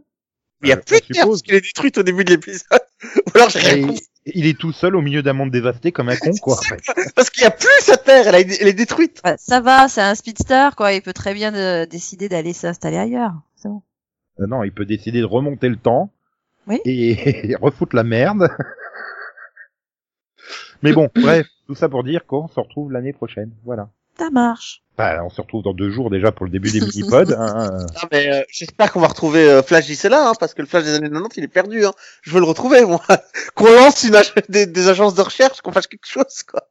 M: Il y a
H: Euh,
M: plus
H: on
M: de terre parce
H: suppose.
M: qu'il est détruit au début de l'épisode. Ou alors j'ai rien
H: Et-
M: compris.
H: il est tout seul au milieu d'un monde dévasté comme un con, quoi. en fait.
M: Parce qu'il y a plus sa terre, elle, a- elle est détruite.
K: Ouais, ça va, c'est un speedster quoi. Il peut très bien euh, décider d'aller s'installer ailleurs. C'est bon.
H: Euh, Non, il peut décider de remonter le temps
K: Oui.
H: et, et refoutre la merde. Mais bon, bref, tout ça pour dire qu'on se retrouve l'année prochaine. Voilà.
K: Ça marche.
H: Enfin, on se retrouve dans deux jours déjà pour le début des mini-pods. hein.
M: Non, mais euh, j'espère qu'on va retrouver euh, Flash d'ici là, hein, parce que le Flash des années 90, il est perdu. Hein. Je veux le retrouver, moi. qu'on lance une ag- des, des agences de recherche, qu'on fasse quelque chose, quoi.